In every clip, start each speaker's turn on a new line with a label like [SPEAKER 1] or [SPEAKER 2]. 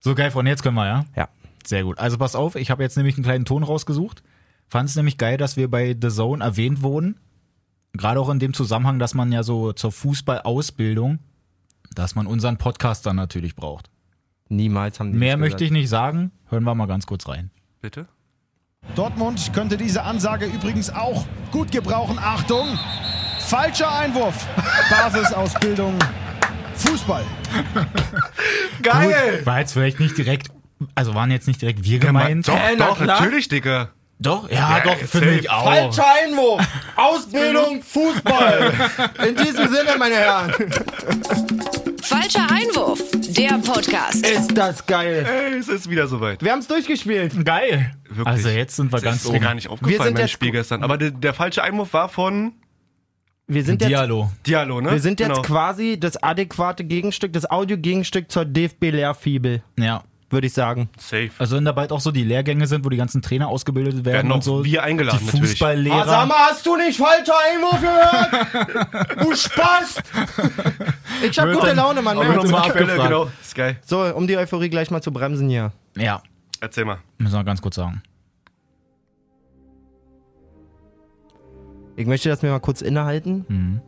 [SPEAKER 1] So, geil, Freunde, jetzt können wir, ja?
[SPEAKER 2] Ja.
[SPEAKER 1] Sehr gut. Also pass auf, ich habe jetzt nämlich einen kleinen Ton rausgesucht. Fand es nämlich geil, dass wir bei The Zone erwähnt wurden. Gerade auch in dem Zusammenhang, dass man ja so zur Fußballausbildung, dass man unseren Podcast dann natürlich braucht.
[SPEAKER 2] Niemals haben die
[SPEAKER 1] Mehr
[SPEAKER 2] das
[SPEAKER 1] möchte ich
[SPEAKER 2] gesagt.
[SPEAKER 1] nicht sagen. Hören wir mal ganz kurz rein.
[SPEAKER 3] Bitte?
[SPEAKER 4] Dortmund könnte diese Ansage übrigens auch gut gebrauchen. Achtung! Falscher Einwurf. Basisausbildung. Fußball.
[SPEAKER 3] Geil!
[SPEAKER 1] War jetzt vielleicht nicht direkt, also waren jetzt nicht direkt wir gemeint.
[SPEAKER 3] Doch,
[SPEAKER 2] Äh,
[SPEAKER 3] doch,
[SPEAKER 2] noch lang?
[SPEAKER 3] natürlich, Digga.
[SPEAKER 1] Doch, ja,
[SPEAKER 3] Ja,
[SPEAKER 1] doch,
[SPEAKER 3] safe.
[SPEAKER 1] finde ich auch.
[SPEAKER 2] Falscher Einwurf! Ausbildung Fußball! In diesem Sinne, meine Herren,
[SPEAKER 5] Falscher Einwurf, der Podcast.
[SPEAKER 2] ist das geil.
[SPEAKER 3] Ey, es ist wieder soweit.
[SPEAKER 2] Wir haben es durchgespielt.
[SPEAKER 1] Geil.
[SPEAKER 3] Wirklich.
[SPEAKER 1] Also jetzt sind wir
[SPEAKER 3] Das
[SPEAKER 1] ganz
[SPEAKER 3] ist mir gar
[SPEAKER 1] oben.
[SPEAKER 3] nicht aufgefallen beim
[SPEAKER 2] jetzt-
[SPEAKER 3] Spiel gestern. Aber der, der falsche Einwurf war von
[SPEAKER 2] Wir sind jetzt,
[SPEAKER 1] Diallo.
[SPEAKER 3] Diallo, ne?
[SPEAKER 2] wir sind jetzt
[SPEAKER 3] Genau.
[SPEAKER 2] quasi das adäquate Gegenstück, das Audio-Gegenstück zur DFB-Lehrfibel,
[SPEAKER 1] Ja.
[SPEAKER 2] würde ich sagen.
[SPEAKER 3] safe.
[SPEAKER 1] Also wenn da bald auch so die Lehrgänge sind, wo die ganzen Trainer ausgebildet werden
[SPEAKER 3] Werden auch
[SPEAKER 1] und so.
[SPEAKER 3] wir eingeladen,
[SPEAKER 1] Die
[SPEAKER 3] natürlich.
[SPEAKER 1] Fußballlehrer.
[SPEAKER 2] Ah, mal, hast du nicht falscher Einwurf gehört? du Spaß! Ich hab
[SPEAKER 1] Wird
[SPEAKER 2] gute
[SPEAKER 1] dann-
[SPEAKER 2] Laune, Mann. merkt's.
[SPEAKER 1] wird mal
[SPEAKER 3] Die Quelle,
[SPEAKER 1] abgefragt.
[SPEAKER 3] genau. Ist geil.
[SPEAKER 2] So, um die Euphorie gleich mal zu bremsen hier.
[SPEAKER 1] Ja,
[SPEAKER 3] Erzähl mal.
[SPEAKER 1] müssen wir ganz kurz sagen.
[SPEAKER 2] Ich möchte, dass wir mal kurz innehalten.
[SPEAKER 1] Hm,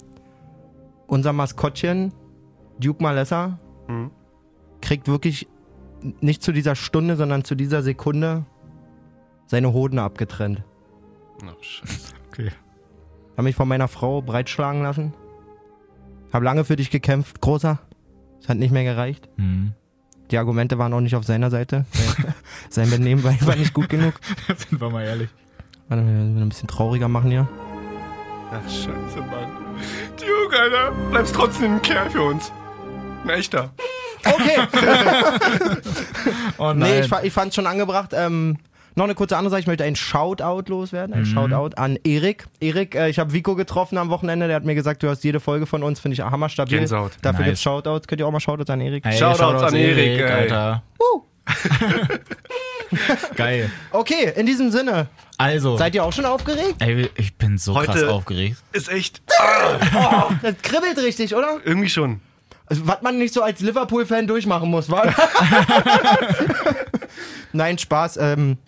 [SPEAKER 2] Unser Maskottchen, Duke Malessa,
[SPEAKER 3] Mhm.
[SPEAKER 2] kriegt wirklich nicht zu dieser Stunde, sondern zu dieser Sekunde seine Hoden abgetrennt.
[SPEAKER 3] Oh, Scheiße.
[SPEAKER 1] Okay.
[SPEAKER 2] Hab mich von meiner Frau breitschlagen lassen. Hab lange für dich gekämpft, großer. Es hat nicht mehr gereicht.
[SPEAKER 1] Mhm.
[SPEAKER 2] Die Argumente waren auch nicht auf seiner Seite. Sein Benehmen war einfach nicht gut genug.
[SPEAKER 1] sind wir mal ehrlich.
[SPEAKER 2] Warte, wir müssen ein bisschen trauriger machen hier.
[SPEAKER 3] Ach, scheiße, Mann. Duke, Alter. Bleibst trotzdem ein Kerl für uns. Ein echter.
[SPEAKER 2] Okay.
[SPEAKER 1] Oh
[SPEAKER 2] Nee, ich, fa- ich fand es schon angebracht. Ähm, noch eine kurze andere Sache. Ich möchte einen Shoutout loswerden. Ein Shoutout an Erik. Erik, äh, ich habe Vico getroffen am Wochenende. Der hat mir gesagt, du hast jede Folge von uns. Finde ich hammerstabil.
[SPEAKER 3] Gänsehaut.
[SPEAKER 2] Dafür
[SPEAKER 1] Nice.
[SPEAKER 2] gibt's Shoutouts. Könnt ihr auch mal Shoutouts an Erik?
[SPEAKER 1] Hey,
[SPEAKER 3] Shoutouts an Erik, ey.
[SPEAKER 1] Alter. Geil.
[SPEAKER 2] Okay, in diesem Sinne.
[SPEAKER 1] Also,
[SPEAKER 2] Seid ihr auch schon aufgeregt?
[SPEAKER 1] ey, ich bin so krass
[SPEAKER 3] Heute-
[SPEAKER 1] aufgeregt.
[SPEAKER 3] Ist echt.
[SPEAKER 2] Das kribbelt richtig, oder?
[SPEAKER 3] Irgendwie schon.
[SPEAKER 2] Also, was man nicht so als Liverpool-Fan durchmachen muss, wa? Nein, Spaß. Ähm,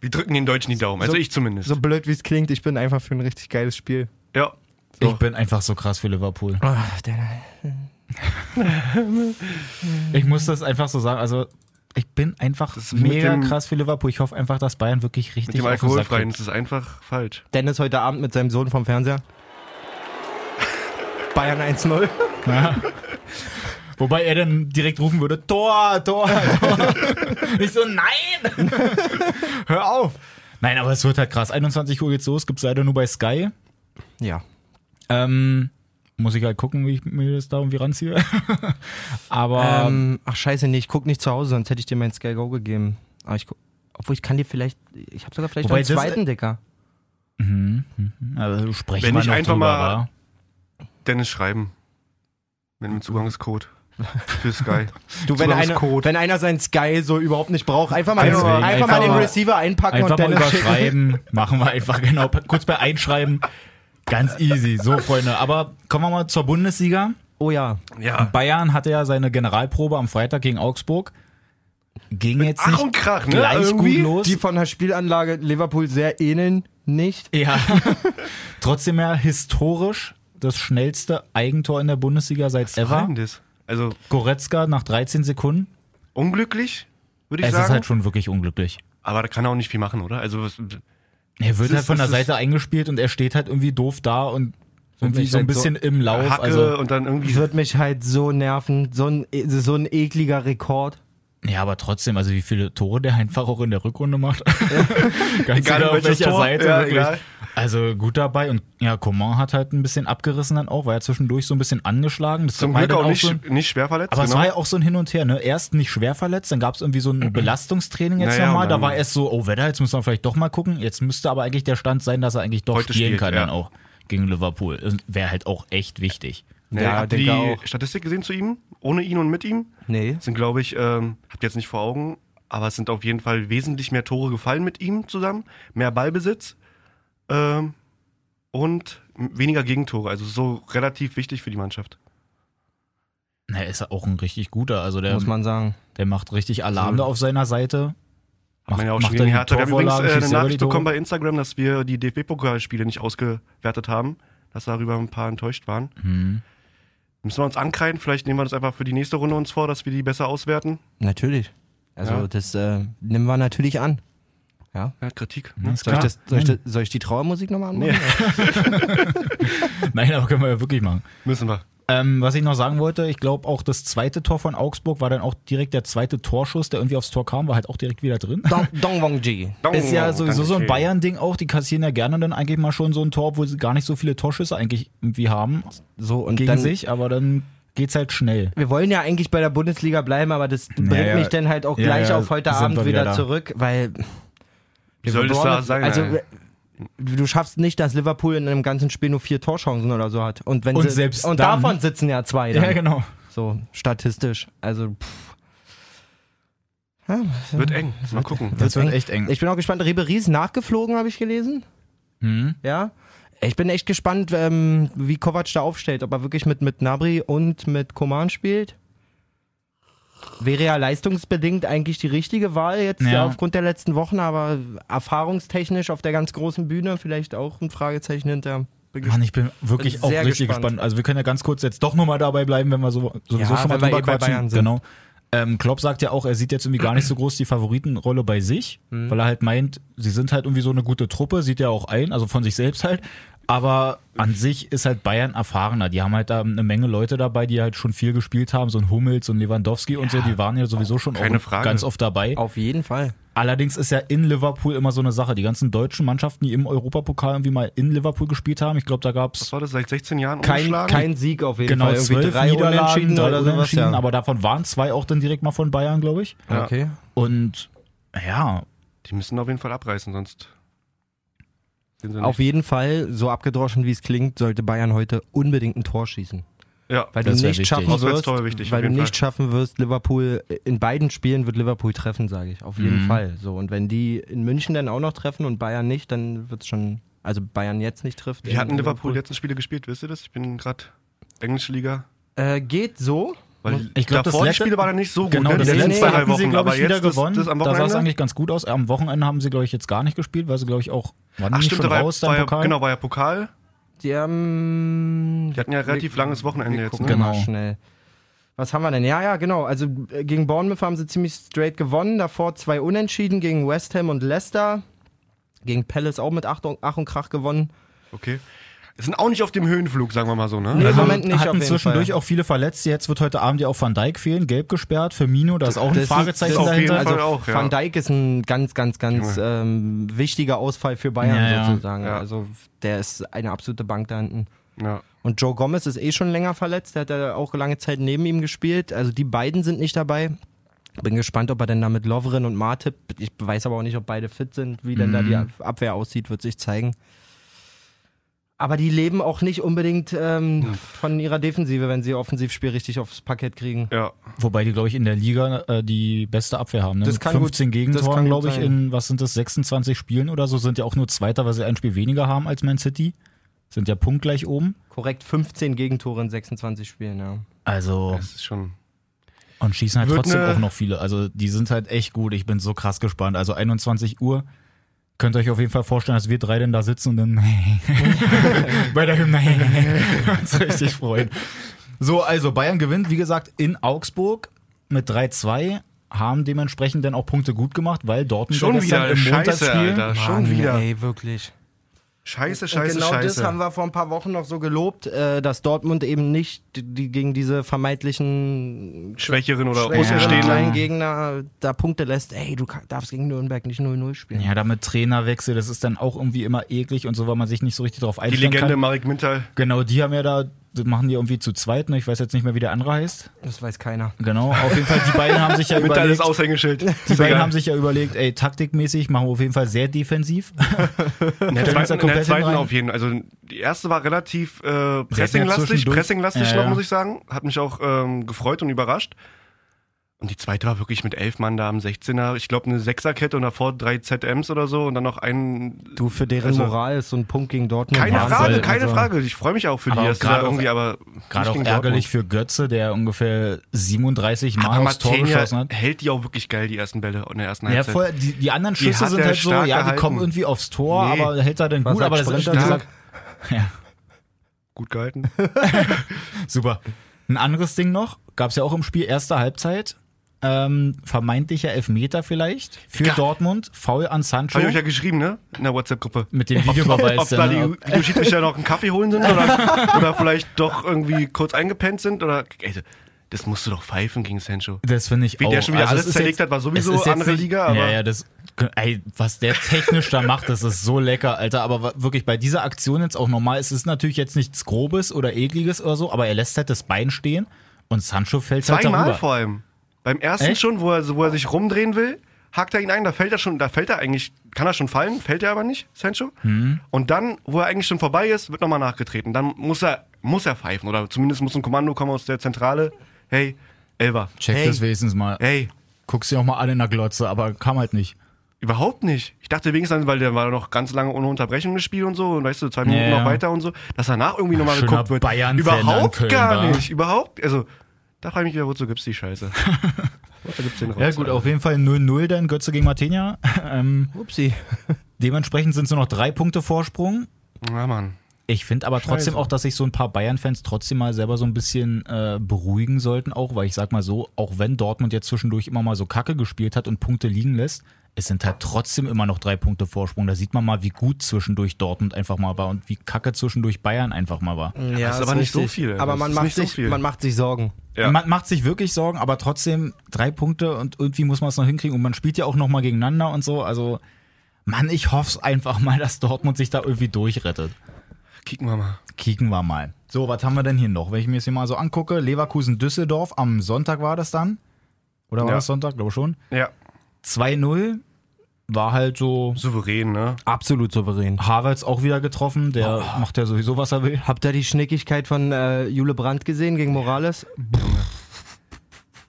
[SPEAKER 3] Wir drücken den Deutschen die Daumen. Also ich zumindest.
[SPEAKER 2] so blöd wie es klingt, ich bin einfach für ein richtig geiles Spiel.
[SPEAKER 3] Ja.
[SPEAKER 1] Ich bin einfach so krass für Liverpool.
[SPEAKER 2] Ach, der,
[SPEAKER 1] Ich muss das einfach so sagen. Also, ich bin einfach
[SPEAKER 3] Das ist mit
[SPEAKER 1] mega
[SPEAKER 3] dem-
[SPEAKER 1] krass für Liverpool. Ich hoffe einfach, dass Bayern wirklich richtig
[SPEAKER 3] Mit dem
[SPEAKER 1] auf den Sack
[SPEAKER 3] Alkoholfreien
[SPEAKER 1] geht.
[SPEAKER 3] ist es einfach falsch.
[SPEAKER 2] Dennis heute Abend mit seinem Sohn vom Fernseher. Bayern 1-0.
[SPEAKER 1] Wobei er dann direkt rufen würde: Tor, Tor, Tor. ich so, nein! Hör auf! Nein, aber es wird halt krass. 21 Uhr geht's los, gibt's leider nur bei Sky.
[SPEAKER 2] Ja.
[SPEAKER 1] Ähm, muss ich halt gucken, wie ich mir das da irgendwie ranziehe. Aber
[SPEAKER 2] Ähm, ach scheiße, nee, ich guck nicht zu Hause, sonst hätte ich dir meinen Sky Go gegeben. Aber ich guck, obwohl ich kann dir vielleicht, ich habe sogar vielleicht noch
[SPEAKER 1] Wobei
[SPEAKER 2] einen
[SPEAKER 1] das-
[SPEAKER 2] zweiten Dicker.
[SPEAKER 1] also sprechen
[SPEAKER 3] wenn
[SPEAKER 1] wir
[SPEAKER 3] ich
[SPEAKER 1] noch
[SPEAKER 3] einfach
[SPEAKER 1] drüber,
[SPEAKER 3] mal-
[SPEAKER 1] wa?
[SPEAKER 3] Dennis schreiben. Mit einem Zugangscode. Für Sky.
[SPEAKER 2] Du, wenn, einer,
[SPEAKER 3] Zugangscode.
[SPEAKER 2] wenn einer seinen Sky so überhaupt nicht braucht, einfach mal,
[SPEAKER 3] Deswegen,
[SPEAKER 2] einfach
[SPEAKER 1] einfach
[SPEAKER 2] mal den
[SPEAKER 1] mal-
[SPEAKER 2] Receiver einpacken
[SPEAKER 1] Einfach
[SPEAKER 2] und
[SPEAKER 1] mal
[SPEAKER 2] Dennis schicken.
[SPEAKER 1] überschreiben. Machen wir einfach, genau. Kurz bei Einschreiben. Ganz easy. So, Freunde. Aber kommen wir mal zur Bundesliga.
[SPEAKER 2] Oh ja.
[SPEAKER 3] Ja.
[SPEAKER 1] Bayern hatte ja seine Generalprobe am Freitag gegen Augsburg. Ging jetzt
[SPEAKER 3] Ach
[SPEAKER 1] nicht
[SPEAKER 3] und Krach, ne?
[SPEAKER 1] gleich
[SPEAKER 3] Irgendwie.
[SPEAKER 1] gut los.
[SPEAKER 2] Die von der Spielanlage Liverpool sehr ähneln nicht.
[SPEAKER 1] Ja. Trotzdem ja historisch das schnellste Eigentor in der Bundesliga seit
[SPEAKER 3] Was war
[SPEAKER 1] ever.
[SPEAKER 3] denn das? Also
[SPEAKER 1] Goretzka nach 13 Sekunden.
[SPEAKER 3] unglücklich, würde ich
[SPEAKER 1] Es
[SPEAKER 3] sagen.
[SPEAKER 1] ist halt schon wirklich unglücklich.
[SPEAKER 3] Aber da kann er auch nicht viel machen, oder? Also was,
[SPEAKER 1] Er wird
[SPEAKER 3] Es
[SPEAKER 1] halt
[SPEAKER 3] ist-
[SPEAKER 1] von der
[SPEAKER 3] es ist-
[SPEAKER 1] Seite eingespielt und er steht halt irgendwie doof da und irgendwie
[SPEAKER 2] mich
[SPEAKER 1] so ein
[SPEAKER 2] halt so-
[SPEAKER 1] bisschen im Lauf.
[SPEAKER 3] Hacke
[SPEAKER 1] Also,
[SPEAKER 3] und dann irgendwie.
[SPEAKER 2] Wird mich halt so nerven. So ein, so ein ekliger Rekord.
[SPEAKER 1] ja, aber trotzdem, also wie viele Tore der einfach auch in der Rückrunde macht. Ganz
[SPEAKER 3] Egal,
[SPEAKER 1] egal auf
[SPEAKER 3] welches
[SPEAKER 1] welcher
[SPEAKER 3] Tor.
[SPEAKER 1] Seite,
[SPEAKER 3] Ja,
[SPEAKER 1] wirklich.
[SPEAKER 3] egal.
[SPEAKER 1] Also gut dabei und ja, Coman hat halt ein bisschen abgerissen dann auch, war ja zwischendurch so ein bisschen angeschlagen. Das
[SPEAKER 3] zum
[SPEAKER 1] war
[SPEAKER 3] Glück
[SPEAKER 1] dann
[SPEAKER 3] auch nicht,
[SPEAKER 1] so ein,
[SPEAKER 3] nicht schwer verletzt.
[SPEAKER 1] aber es
[SPEAKER 3] genau. Mhm.
[SPEAKER 1] war ja auch so ein Hin und Her, ne? Erst nicht schwer verletzt, dann gab es irgendwie so ein Belastungstraining jetzt
[SPEAKER 3] Naja,
[SPEAKER 1] nochmal.
[SPEAKER 3] und
[SPEAKER 1] Da
[SPEAKER 3] dann-
[SPEAKER 1] war erst so, oh Wetter, jetzt müssen wir vielleicht doch mal gucken. Jetzt müsste aber eigentlich der Stand sein, dass er eigentlich doch
[SPEAKER 3] Heute
[SPEAKER 1] spielen
[SPEAKER 3] spielt,
[SPEAKER 1] kann
[SPEAKER 3] ja.
[SPEAKER 1] dann auch gegen Liverpool. Und Wäre halt auch echt wichtig.
[SPEAKER 3] Nee,
[SPEAKER 2] Ja,
[SPEAKER 3] habt ihr
[SPEAKER 2] denke
[SPEAKER 3] die
[SPEAKER 2] auch.
[SPEAKER 3] Statistik gesehen zu ihm? Ohne ihn und mit ihm?
[SPEAKER 2] Nee.
[SPEAKER 3] Sind, glaube ich, ähm, habt ihr jetzt nicht vor Augen, aber es sind auf jeden Fall wesentlich mehr Tore gefallen mit ihm zusammen, mehr Ballbesitz ähm, und m- weniger Gegentore. Also so relativ wichtig für die Mannschaft.
[SPEAKER 1] Na, ist ja auch ein richtig guter. Also der,
[SPEAKER 2] muss man sagen.
[SPEAKER 1] der macht richtig Alarm da auf seiner Seite.
[SPEAKER 3] Hat man ja auch
[SPEAKER 1] macht
[SPEAKER 3] schon gegen
[SPEAKER 1] er die
[SPEAKER 3] Hertha. Wir haben übrigens
[SPEAKER 1] Torvorlagen,
[SPEAKER 3] äh,
[SPEAKER 1] schießt
[SPEAKER 3] eine
[SPEAKER 1] selber die
[SPEAKER 3] Nachricht bekommen
[SPEAKER 1] Tore.
[SPEAKER 3] bei Instagram, dass wir die DFB-Pokalspiele nicht ausgewertet haben, dass darüber ein paar enttäuscht waren.
[SPEAKER 1] Mhm.
[SPEAKER 3] Müssen wir uns ankreiden, vielleicht nehmen wir das einfach für die nächste Runde uns vor, dass wir die besser auswerten.
[SPEAKER 2] Natürlich. Also
[SPEAKER 3] Ja.
[SPEAKER 2] das äh, nehmen wir natürlich an.
[SPEAKER 3] Ja, Kritik. Ne?
[SPEAKER 1] Ist
[SPEAKER 2] Soll ich,
[SPEAKER 1] klar.
[SPEAKER 2] das, soll, ich das,
[SPEAKER 1] Nein.
[SPEAKER 2] soll ich die Trauermusik nochmal anmachen?
[SPEAKER 1] Nein, aber können wir ja wirklich machen.
[SPEAKER 3] Müssen wir.
[SPEAKER 1] Ähm, was ich noch sagen wollte, ich glaube auch das zweite Tor von Augsburg war dann auch direkt der zweite Torschuss, der irgendwie aufs Tor kam, war halt auch direkt wieder drin.
[SPEAKER 2] Dong, Dong Wong Ji.
[SPEAKER 1] Ist ja sowieso so ein
[SPEAKER 3] Dankeschön.
[SPEAKER 1] Bayern-Ding auch, die kassieren ja gerne dann eigentlich mal schon so ein Tor, obwohl sie gar nicht so viele Torschüsse eigentlich irgendwie haben
[SPEAKER 2] So, und
[SPEAKER 1] gegen
[SPEAKER 2] dann,
[SPEAKER 1] sich, aber dann geht's halt schnell.
[SPEAKER 2] wir wollen ja eigentlich bei der Bundesliga bleiben, aber das bringt
[SPEAKER 1] Naja,
[SPEAKER 2] mich dann halt auch
[SPEAKER 1] ja,
[SPEAKER 2] gleich
[SPEAKER 1] ja,
[SPEAKER 2] auf heute
[SPEAKER 1] sind
[SPEAKER 2] Abend
[SPEAKER 1] wir
[SPEAKER 2] wieder,
[SPEAKER 1] wieder da.
[SPEAKER 2] zurück, weil.
[SPEAKER 3] Wie soll das da sein?
[SPEAKER 2] Also,
[SPEAKER 3] ey?
[SPEAKER 2] du schaffst nicht, dass Liverpool in einem ganzen Spiel nur vier Torchancen oder so hat. Und, wenn
[SPEAKER 1] Und
[SPEAKER 2] sie,
[SPEAKER 1] selbst
[SPEAKER 2] und
[SPEAKER 1] dann-
[SPEAKER 2] davon sitzen ja zwei. Dann,
[SPEAKER 1] genau.
[SPEAKER 2] So, statistisch. Also, pff. Ja,
[SPEAKER 3] wird eng. Mal gucken.
[SPEAKER 1] Das wird halt echt eng.
[SPEAKER 2] Ich bin auch gespannt. Ribery ist nachgeflogen, habe ich gelesen.
[SPEAKER 1] Hm.
[SPEAKER 2] Ja. Ich bin echt gespannt, ähm, wie Kovac da aufstellt. Ob er wirklich mit, mit Nabri und mit Koman spielt. Wäre ja leistungsbedingt eigentlich die richtige Wahl jetzt ja.
[SPEAKER 1] Ja.
[SPEAKER 2] aufgrund der letzten Wochen, aber erfahrungstechnisch auf der ganz großen Bühne vielleicht auch ein Fragezeichen hinter. Bin
[SPEAKER 1] Mann, ich bin wirklich
[SPEAKER 2] Bin
[SPEAKER 1] auch
[SPEAKER 2] sehr
[SPEAKER 1] richtig
[SPEAKER 2] gespannt.
[SPEAKER 1] gespannt. Also wir können ja ganz kurz jetzt doch nochmal dabei bleiben, wenn wir so, sowieso
[SPEAKER 2] Ja,
[SPEAKER 1] schon mal
[SPEAKER 2] wenn wir
[SPEAKER 1] drüber
[SPEAKER 2] eh bei
[SPEAKER 1] quatschen.
[SPEAKER 2] Bayern sind.
[SPEAKER 1] Genau. Ähm, Klopp sagt ja auch, er sieht jetzt irgendwie gar nicht so groß die Favoritenrolle bei sich,
[SPEAKER 2] Mhm.
[SPEAKER 1] weil er halt meint, sie sind halt irgendwie so eine gute Truppe, sieht er auch ein, also von sich selbst halt. Aber an sich ist halt Bayern erfahrener. Die haben halt da eine Menge Leute dabei, die halt schon viel gespielt haben, so ein Hummels und Lewandowski und so, die waren ja sowieso schon
[SPEAKER 3] keine
[SPEAKER 1] auch
[SPEAKER 3] Frage.
[SPEAKER 1] ganz oft dabei.
[SPEAKER 2] Auf jeden Fall.
[SPEAKER 1] Allerdings ist ja in Liverpool immer so eine Sache. Die ganzen deutschen Mannschaften, die im Europapokal irgendwie mal in Liverpool gespielt haben, ich glaube, da gab's
[SPEAKER 3] Was war das? Seit 16 Jahren
[SPEAKER 2] Kein,
[SPEAKER 3] umgeschlagen?
[SPEAKER 2] kein Sieg auf jeden
[SPEAKER 1] Genau,
[SPEAKER 2] Fall.
[SPEAKER 1] zwölf Niederlagen, drei
[SPEAKER 2] oder sowas.
[SPEAKER 1] Unentschieden,
[SPEAKER 2] ja.
[SPEAKER 1] aber davon waren zwei auch dann direkt mal von Bayern, glaube ich.
[SPEAKER 3] Ja.
[SPEAKER 2] Okay.
[SPEAKER 1] Und ja,
[SPEAKER 3] Die müssen auf jeden Fall abreißen, sonst sind sie
[SPEAKER 2] Auf
[SPEAKER 3] nicht.
[SPEAKER 2] jeden Fall, so abgedroschen wie es klingt, sollte Bayern heute unbedingt ein Tor schießen.
[SPEAKER 3] Ja.
[SPEAKER 2] Weil du
[SPEAKER 1] Das
[SPEAKER 2] nicht
[SPEAKER 1] wär wichtig.
[SPEAKER 2] schaffen wirst,
[SPEAKER 3] Auswärtstor wichtig,
[SPEAKER 2] weil
[SPEAKER 3] auf
[SPEAKER 2] du
[SPEAKER 3] jeden
[SPEAKER 2] nicht schaffen wirst, Liverpool äh, in beiden Spielen wird Liverpool treffen, sage ich, auf
[SPEAKER 3] Mhm.
[SPEAKER 2] jeden Fall. So und wenn die in München dann auch noch treffen und Bayern nicht, dann wird's schon, also Bayern jetzt nicht trifft.
[SPEAKER 3] Wir hatten Liverpool die letzten Spiele gespielt, wisst ihr das? Ich bin gerade englische Liga.
[SPEAKER 2] Äh, geht so.
[SPEAKER 3] Weil
[SPEAKER 1] Ich glaub, das
[SPEAKER 3] davor die
[SPEAKER 1] letzte-
[SPEAKER 3] Spiele waren ja nicht so gut.
[SPEAKER 1] genau,
[SPEAKER 3] ne?
[SPEAKER 1] das
[SPEAKER 3] die letzten
[SPEAKER 1] letzte
[SPEAKER 3] zwei, drei
[SPEAKER 1] hatten sie,
[SPEAKER 3] Wochen,
[SPEAKER 1] glaube
[SPEAKER 3] aber
[SPEAKER 1] ich, wieder
[SPEAKER 3] jetzt das,
[SPEAKER 1] gewonnen.
[SPEAKER 3] das am
[SPEAKER 1] da sah es
[SPEAKER 3] Wochenende.
[SPEAKER 1] eigentlich ganz gut aus. Am Wochenende haben sie, glaube ich, jetzt gar nicht gespielt, weil sie, glaube ich, auch waren
[SPEAKER 3] Ach
[SPEAKER 1] die
[SPEAKER 3] stimmt,
[SPEAKER 1] schon
[SPEAKER 3] da war,
[SPEAKER 1] raus
[SPEAKER 3] war
[SPEAKER 1] dann
[SPEAKER 3] ja,
[SPEAKER 1] Pokal.
[SPEAKER 3] genau, war ja Pokal.
[SPEAKER 2] Die haben
[SPEAKER 3] Die hatten ja relativ langes Wochenende
[SPEAKER 2] Wir
[SPEAKER 3] jetzt.
[SPEAKER 2] gucken
[SPEAKER 3] Ne?
[SPEAKER 1] Genau.
[SPEAKER 2] mal schnell. Was haben wir denn? Ja, ja, genau. Also äh, gegen Bournemouth haben sie ziemlich straight gewonnen. Davor zwei Unentschieden gegen West Ham und Leicester. Gegen Palace auch mit Ach und, Ach und Krach gewonnen.
[SPEAKER 3] Okay. Es sind auch nicht auf dem Höhenflug, sagen wir mal so, ne?
[SPEAKER 2] Nee,
[SPEAKER 3] also,
[SPEAKER 2] im Moment nicht auf
[SPEAKER 1] Hatten
[SPEAKER 2] jeden
[SPEAKER 1] zwischendurch
[SPEAKER 2] Fall.
[SPEAKER 1] auch viele Verletzte. Jetzt wird heute Abend ja auch Van Dijk fehlen, gelb gesperrt. Firmino, da ist auch ein
[SPEAKER 2] Das ist-
[SPEAKER 1] Fragezeichen
[SPEAKER 3] das ist auf jeden
[SPEAKER 1] dahinter.
[SPEAKER 3] Fall
[SPEAKER 2] Also
[SPEAKER 3] auch, ja.
[SPEAKER 2] Van Dijk ist ein ganz, ganz, ganz ähm, wichtiger Ausfall für Bayern
[SPEAKER 1] Ja, ja.
[SPEAKER 2] sozusagen.
[SPEAKER 3] Ja.
[SPEAKER 2] Also der ist eine absolute Bank da hinten.
[SPEAKER 3] ja.
[SPEAKER 2] Und Joe Gomez ist eh schon länger verletzt. Der hat ja auch lange Zeit neben ihm gespielt. Also die beiden sind nicht dabei. Bin gespannt, ob er denn da mit Lovren und Martip, ich weiß aber auch nicht, ob beide fit sind, wie denn da
[SPEAKER 3] Mhm.
[SPEAKER 2] die Abwehr aussieht, wird sich zeigen. Aber die leben auch nicht unbedingt ähm, von ihrer Defensive, wenn sie ihr Offensivspiel richtig aufs Parkett kriegen.
[SPEAKER 3] ja.
[SPEAKER 1] Wobei die, glaube ich, in der Liga äh, die beste Abwehr haben. Ne?
[SPEAKER 2] Das
[SPEAKER 1] Mit
[SPEAKER 2] kann gut-
[SPEAKER 1] 15
[SPEAKER 2] das kann
[SPEAKER 1] Gegentoren,
[SPEAKER 2] gut
[SPEAKER 1] glaube ich,
[SPEAKER 2] sein.
[SPEAKER 1] in, was sind das, 26 Spielen oder so, sind ja auch nur Zweiter, weil sie ein Spiel weniger haben als Man City. Sind ja punktgleich oben.
[SPEAKER 2] Korrekt, 15 Gegentore in 26 Spielen, ja.
[SPEAKER 1] Also,
[SPEAKER 3] Das ist schon.
[SPEAKER 1] und schießen halt
[SPEAKER 3] Wird
[SPEAKER 1] trotzdem
[SPEAKER 3] ne-
[SPEAKER 1] auch noch viele. Also, die sind halt echt gut. Ich bin so krass gespannt. Also, 21 Uhr. Könnt ihr euch auf jeden Fall vorstellen, dass wir drei denn da sitzen und dann bei der Hymne uns richtig freuen. So, also Bayern gewinnt, wie gesagt, in Augsburg mit 3-2, haben dementsprechend dann auch Punkte gut gemacht, weil Dortmund ja
[SPEAKER 3] Schon
[SPEAKER 1] gestern
[SPEAKER 3] wieder.
[SPEAKER 1] im
[SPEAKER 3] Scheiße,
[SPEAKER 1] Montagsspiel
[SPEAKER 3] Alter. Schon wieder.
[SPEAKER 2] Ey, wirklich.
[SPEAKER 3] Scheiße,
[SPEAKER 2] Und
[SPEAKER 3] scheiße,
[SPEAKER 2] genau das haben
[SPEAKER 3] scheiße.
[SPEAKER 2] wir vor ein paar Wochen noch so gelobt, äh, dass Dortmund eben nicht die, die gegen diese vermeintlichen
[SPEAKER 3] Schwächeren oder
[SPEAKER 2] schwächeren
[SPEAKER 3] Außenstehenden.
[SPEAKER 2] kleinen Gegner da Punkte lässt. Ey, du kann- darfst gegen Nürnberg nicht 0-0 spielen.
[SPEAKER 1] Ja, damit Trainerwechsel, das ist dann auch irgendwie immer eklig und so, weil man sich nicht so richtig drauf
[SPEAKER 3] Die
[SPEAKER 1] einstellen
[SPEAKER 3] Legende
[SPEAKER 1] kann.
[SPEAKER 3] Marek Mintal.
[SPEAKER 1] Genau, die haben ja da, das machen die irgendwie zu zweit, ne? ich weiß jetzt nicht mehr, wie der andere heißt.
[SPEAKER 2] Das weiß keiner.
[SPEAKER 1] Genau, auf jeden Fall, die beiden haben sich ja
[SPEAKER 3] Mintal ist
[SPEAKER 1] überlegt,
[SPEAKER 3] Aushängeschild.
[SPEAKER 1] die beiden haben sich ja überlegt, ey, taktikmäßig machen wir auf jeden Fall sehr defensiv.
[SPEAKER 3] In
[SPEAKER 1] Fenster
[SPEAKER 3] der zweiten, in der
[SPEAKER 1] komplett
[SPEAKER 3] zweiten
[SPEAKER 1] rein.
[SPEAKER 3] auf jeden Fall. Also die erste war relativ äh,
[SPEAKER 1] ja
[SPEAKER 3] pressinglastig,
[SPEAKER 1] zwischendurch-
[SPEAKER 3] pressinglastig
[SPEAKER 1] Ja,
[SPEAKER 3] noch,
[SPEAKER 1] ja.
[SPEAKER 3] muss ich sagen. Hat mich auch ähm, gefreut und überrascht. Und die zweite war wirklich mit elf Mann da am 16er. Ich glaube, eine Sechserkette und davor drei ZMs oder so und dann noch einen.
[SPEAKER 2] Du, für deren
[SPEAKER 3] Also-
[SPEAKER 2] Moral ist so ein Punkt gegen Dortmund.
[SPEAKER 3] Keine
[SPEAKER 2] Wahnsinn.
[SPEAKER 3] Frage, keine
[SPEAKER 2] Also,
[SPEAKER 3] Frage. Ich freue mich auch für die,
[SPEAKER 1] Aber
[SPEAKER 3] dass die
[SPEAKER 1] gerade
[SPEAKER 3] da
[SPEAKER 1] auch-
[SPEAKER 3] irgendwie, aber.
[SPEAKER 1] Gerade
[SPEAKER 3] nicht
[SPEAKER 1] auch
[SPEAKER 3] gegen
[SPEAKER 1] ärgerlich
[SPEAKER 3] Dortmund.
[SPEAKER 1] für Götze, der ungefähr 37 Mal
[SPEAKER 3] Aber
[SPEAKER 1] aufs Tor
[SPEAKER 3] Matenia
[SPEAKER 1] geschossen hat.
[SPEAKER 3] hält die auch wirklich geil, die ersten Bälle in der ersten
[SPEAKER 1] ne? Ja,
[SPEAKER 3] Halbzeit.
[SPEAKER 1] voll, die, die anderen
[SPEAKER 3] Die
[SPEAKER 1] Schüsse
[SPEAKER 3] hat
[SPEAKER 1] sind
[SPEAKER 3] er
[SPEAKER 1] halt so,
[SPEAKER 3] stark
[SPEAKER 1] ja, die
[SPEAKER 3] gehalten.
[SPEAKER 1] kommen irgendwie aufs Tor,
[SPEAKER 3] Nee.
[SPEAKER 1] aber hält er denn
[SPEAKER 2] Was
[SPEAKER 1] gut,
[SPEAKER 2] sagt
[SPEAKER 1] aber das ist halt,
[SPEAKER 2] Springer?
[SPEAKER 1] gesagt,
[SPEAKER 3] Gut gehalten.
[SPEAKER 1] Super. Ein anderes Ding noch, gab es ja auch im Spiel erste Halbzeit. Ähm, vermeintlicher Elfmeter vielleicht für
[SPEAKER 3] Ja.
[SPEAKER 1] Dortmund, faul an Sancho
[SPEAKER 3] Habe ich euch ja geschrieben, ne? In der WhatsApp-Gruppe.
[SPEAKER 1] mit dem Videobeweis.
[SPEAKER 3] Ob da
[SPEAKER 1] ne?
[SPEAKER 3] die
[SPEAKER 1] Ob-
[SPEAKER 3] Videoschiedsrichter noch einen Kaffee holen sind oder, oder vielleicht doch irgendwie kurz eingepennt sind oder. Ey, das musst du doch pfeifen gegen Sancho.
[SPEAKER 1] Das finde ich
[SPEAKER 3] Wie
[SPEAKER 1] auch.
[SPEAKER 3] der schon wieder
[SPEAKER 1] Also
[SPEAKER 3] alles
[SPEAKER 1] es ist
[SPEAKER 3] zerlegt
[SPEAKER 1] jetzt-
[SPEAKER 3] hat, war sowieso
[SPEAKER 1] es ist jetzt
[SPEAKER 3] andere
[SPEAKER 1] nicht-
[SPEAKER 3] Liga, aber-
[SPEAKER 1] Ja, ja, das, ey, was der technisch da macht, das ist so lecker, Alter. Aber wa- wirklich bei dieser Aktion jetzt auch normal, es ist natürlich jetzt nichts Grobes oder Ekliges oder so, aber er lässt halt das Bein stehen und Sancho fällt halt
[SPEAKER 3] Zweimal
[SPEAKER 1] darüber.
[SPEAKER 3] vor allem. Beim ersten
[SPEAKER 1] Echt?
[SPEAKER 3] schon, wo er, wo er sich rumdrehen will, hakt er ihn ein, da fällt er schon, da fällt er eigentlich, kann er schon fallen, fällt er aber nicht, Sancho.
[SPEAKER 1] Mhm.
[SPEAKER 3] Und dann, wo er eigentlich schon vorbei ist, wird nochmal nachgetreten. Dann muss er, muss er pfeifen oder zumindest muss ein Kommando kommen aus der Zentrale. Hey, Elva.
[SPEAKER 1] Check
[SPEAKER 3] hey,
[SPEAKER 1] das wenigstens mal.
[SPEAKER 3] Hey,
[SPEAKER 1] Guckst dir auch mal alle in der Glotze, aber kam halt nicht.
[SPEAKER 3] überhaupt nicht. Ich dachte wenigstens, weil der war noch ganz lange ohne Unterbrechung gespielt und so und weißt du, zwei Minuten
[SPEAKER 1] Ja,
[SPEAKER 3] noch
[SPEAKER 1] ja.
[SPEAKER 3] weiter und so, dass danach irgendwie nochmal
[SPEAKER 1] Schöner
[SPEAKER 3] geguckt wird.
[SPEAKER 1] Bayern-Fan an
[SPEAKER 3] überhaupt
[SPEAKER 1] Köln
[SPEAKER 3] gar
[SPEAKER 1] da.
[SPEAKER 3] nicht, überhaupt. Also, da frage ich mich wieder, wozu gibt's die Scheiße? wozu gibt's den
[SPEAKER 1] Ja
[SPEAKER 3] Rotz,
[SPEAKER 1] gut,
[SPEAKER 3] Alter?
[SPEAKER 1] auf jeden Fall 0-0 dann Götze gegen Martinia. ähm,
[SPEAKER 2] Upsi.
[SPEAKER 1] dementsprechend sind es nur noch drei Punkte Vorsprung.
[SPEAKER 3] Ja, Mann.
[SPEAKER 1] Ich finde aber trotzdem auch, dass sich so ein paar Bayern-Fans trotzdem mal selber so ein bisschen äh, beruhigen sollten, auch, weil ich sag mal so, auch wenn Dortmund jetzt zwischendurch immer mal so Kacke gespielt hat und Punkte liegen lässt, es sind halt trotzdem immer noch drei Punkte Vorsprung. Da sieht man mal, wie gut zwischendurch Dortmund einfach mal war und wie kacke zwischendurch Bayern einfach mal war.
[SPEAKER 2] Ja,
[SPEAKER 3] ist aber nicht so viel.
[SPEAKER 2] Aber
[SPEAKER 3] Das
[SPEAKER 2] man
[SPEAKER 3] ist
[SPEAKER 2] macht,
[SPEAKER 3] nicht so
[SPEAKER 2] sich,
[SPEAKER 3] viel.
[SPEAKER 2] man macht sich Sorgen.
[SPEAKER 3] Ja.
[SPEAKER 1] Man macht sich wirklich Sorgen, aber trotzdem drei Punkte und irgendwie muss man es noch hinkriegen. Und man spielt ja auch noch mal gegeneinander und so. Also, Mann, ich hoffe es einfach mal, dass Dortmund sich da irgendwie durchrettet.
[SPEAKER 3] Kicken wir mal.
[SPEAKER 1] Kicken wir mal. So, was haben wir denn hier noch? Wenn ich mir das hier mal so angucke, Leverkusen-Düsseldorf, am Sonntag war das dann. Oder war
[SPEAKER 3] Ja.
[SPEAKER 1] das Sonntag? Glaube schon.
[SPEAKER 3] Ja.
[SPEAKER 1] 2-0 war halt so.
[SPEAKER 3] Souverän, ne?
[SPEAKER 2] Absolut souverän.
[SPEAKER 1] Havertz auch wieder getroffen, der macht ja sowieso, was er will.
[SPEAKER 2] Habt ihr die Schnickigkeit von äh, Jule Brandt gesehen gegen Morales?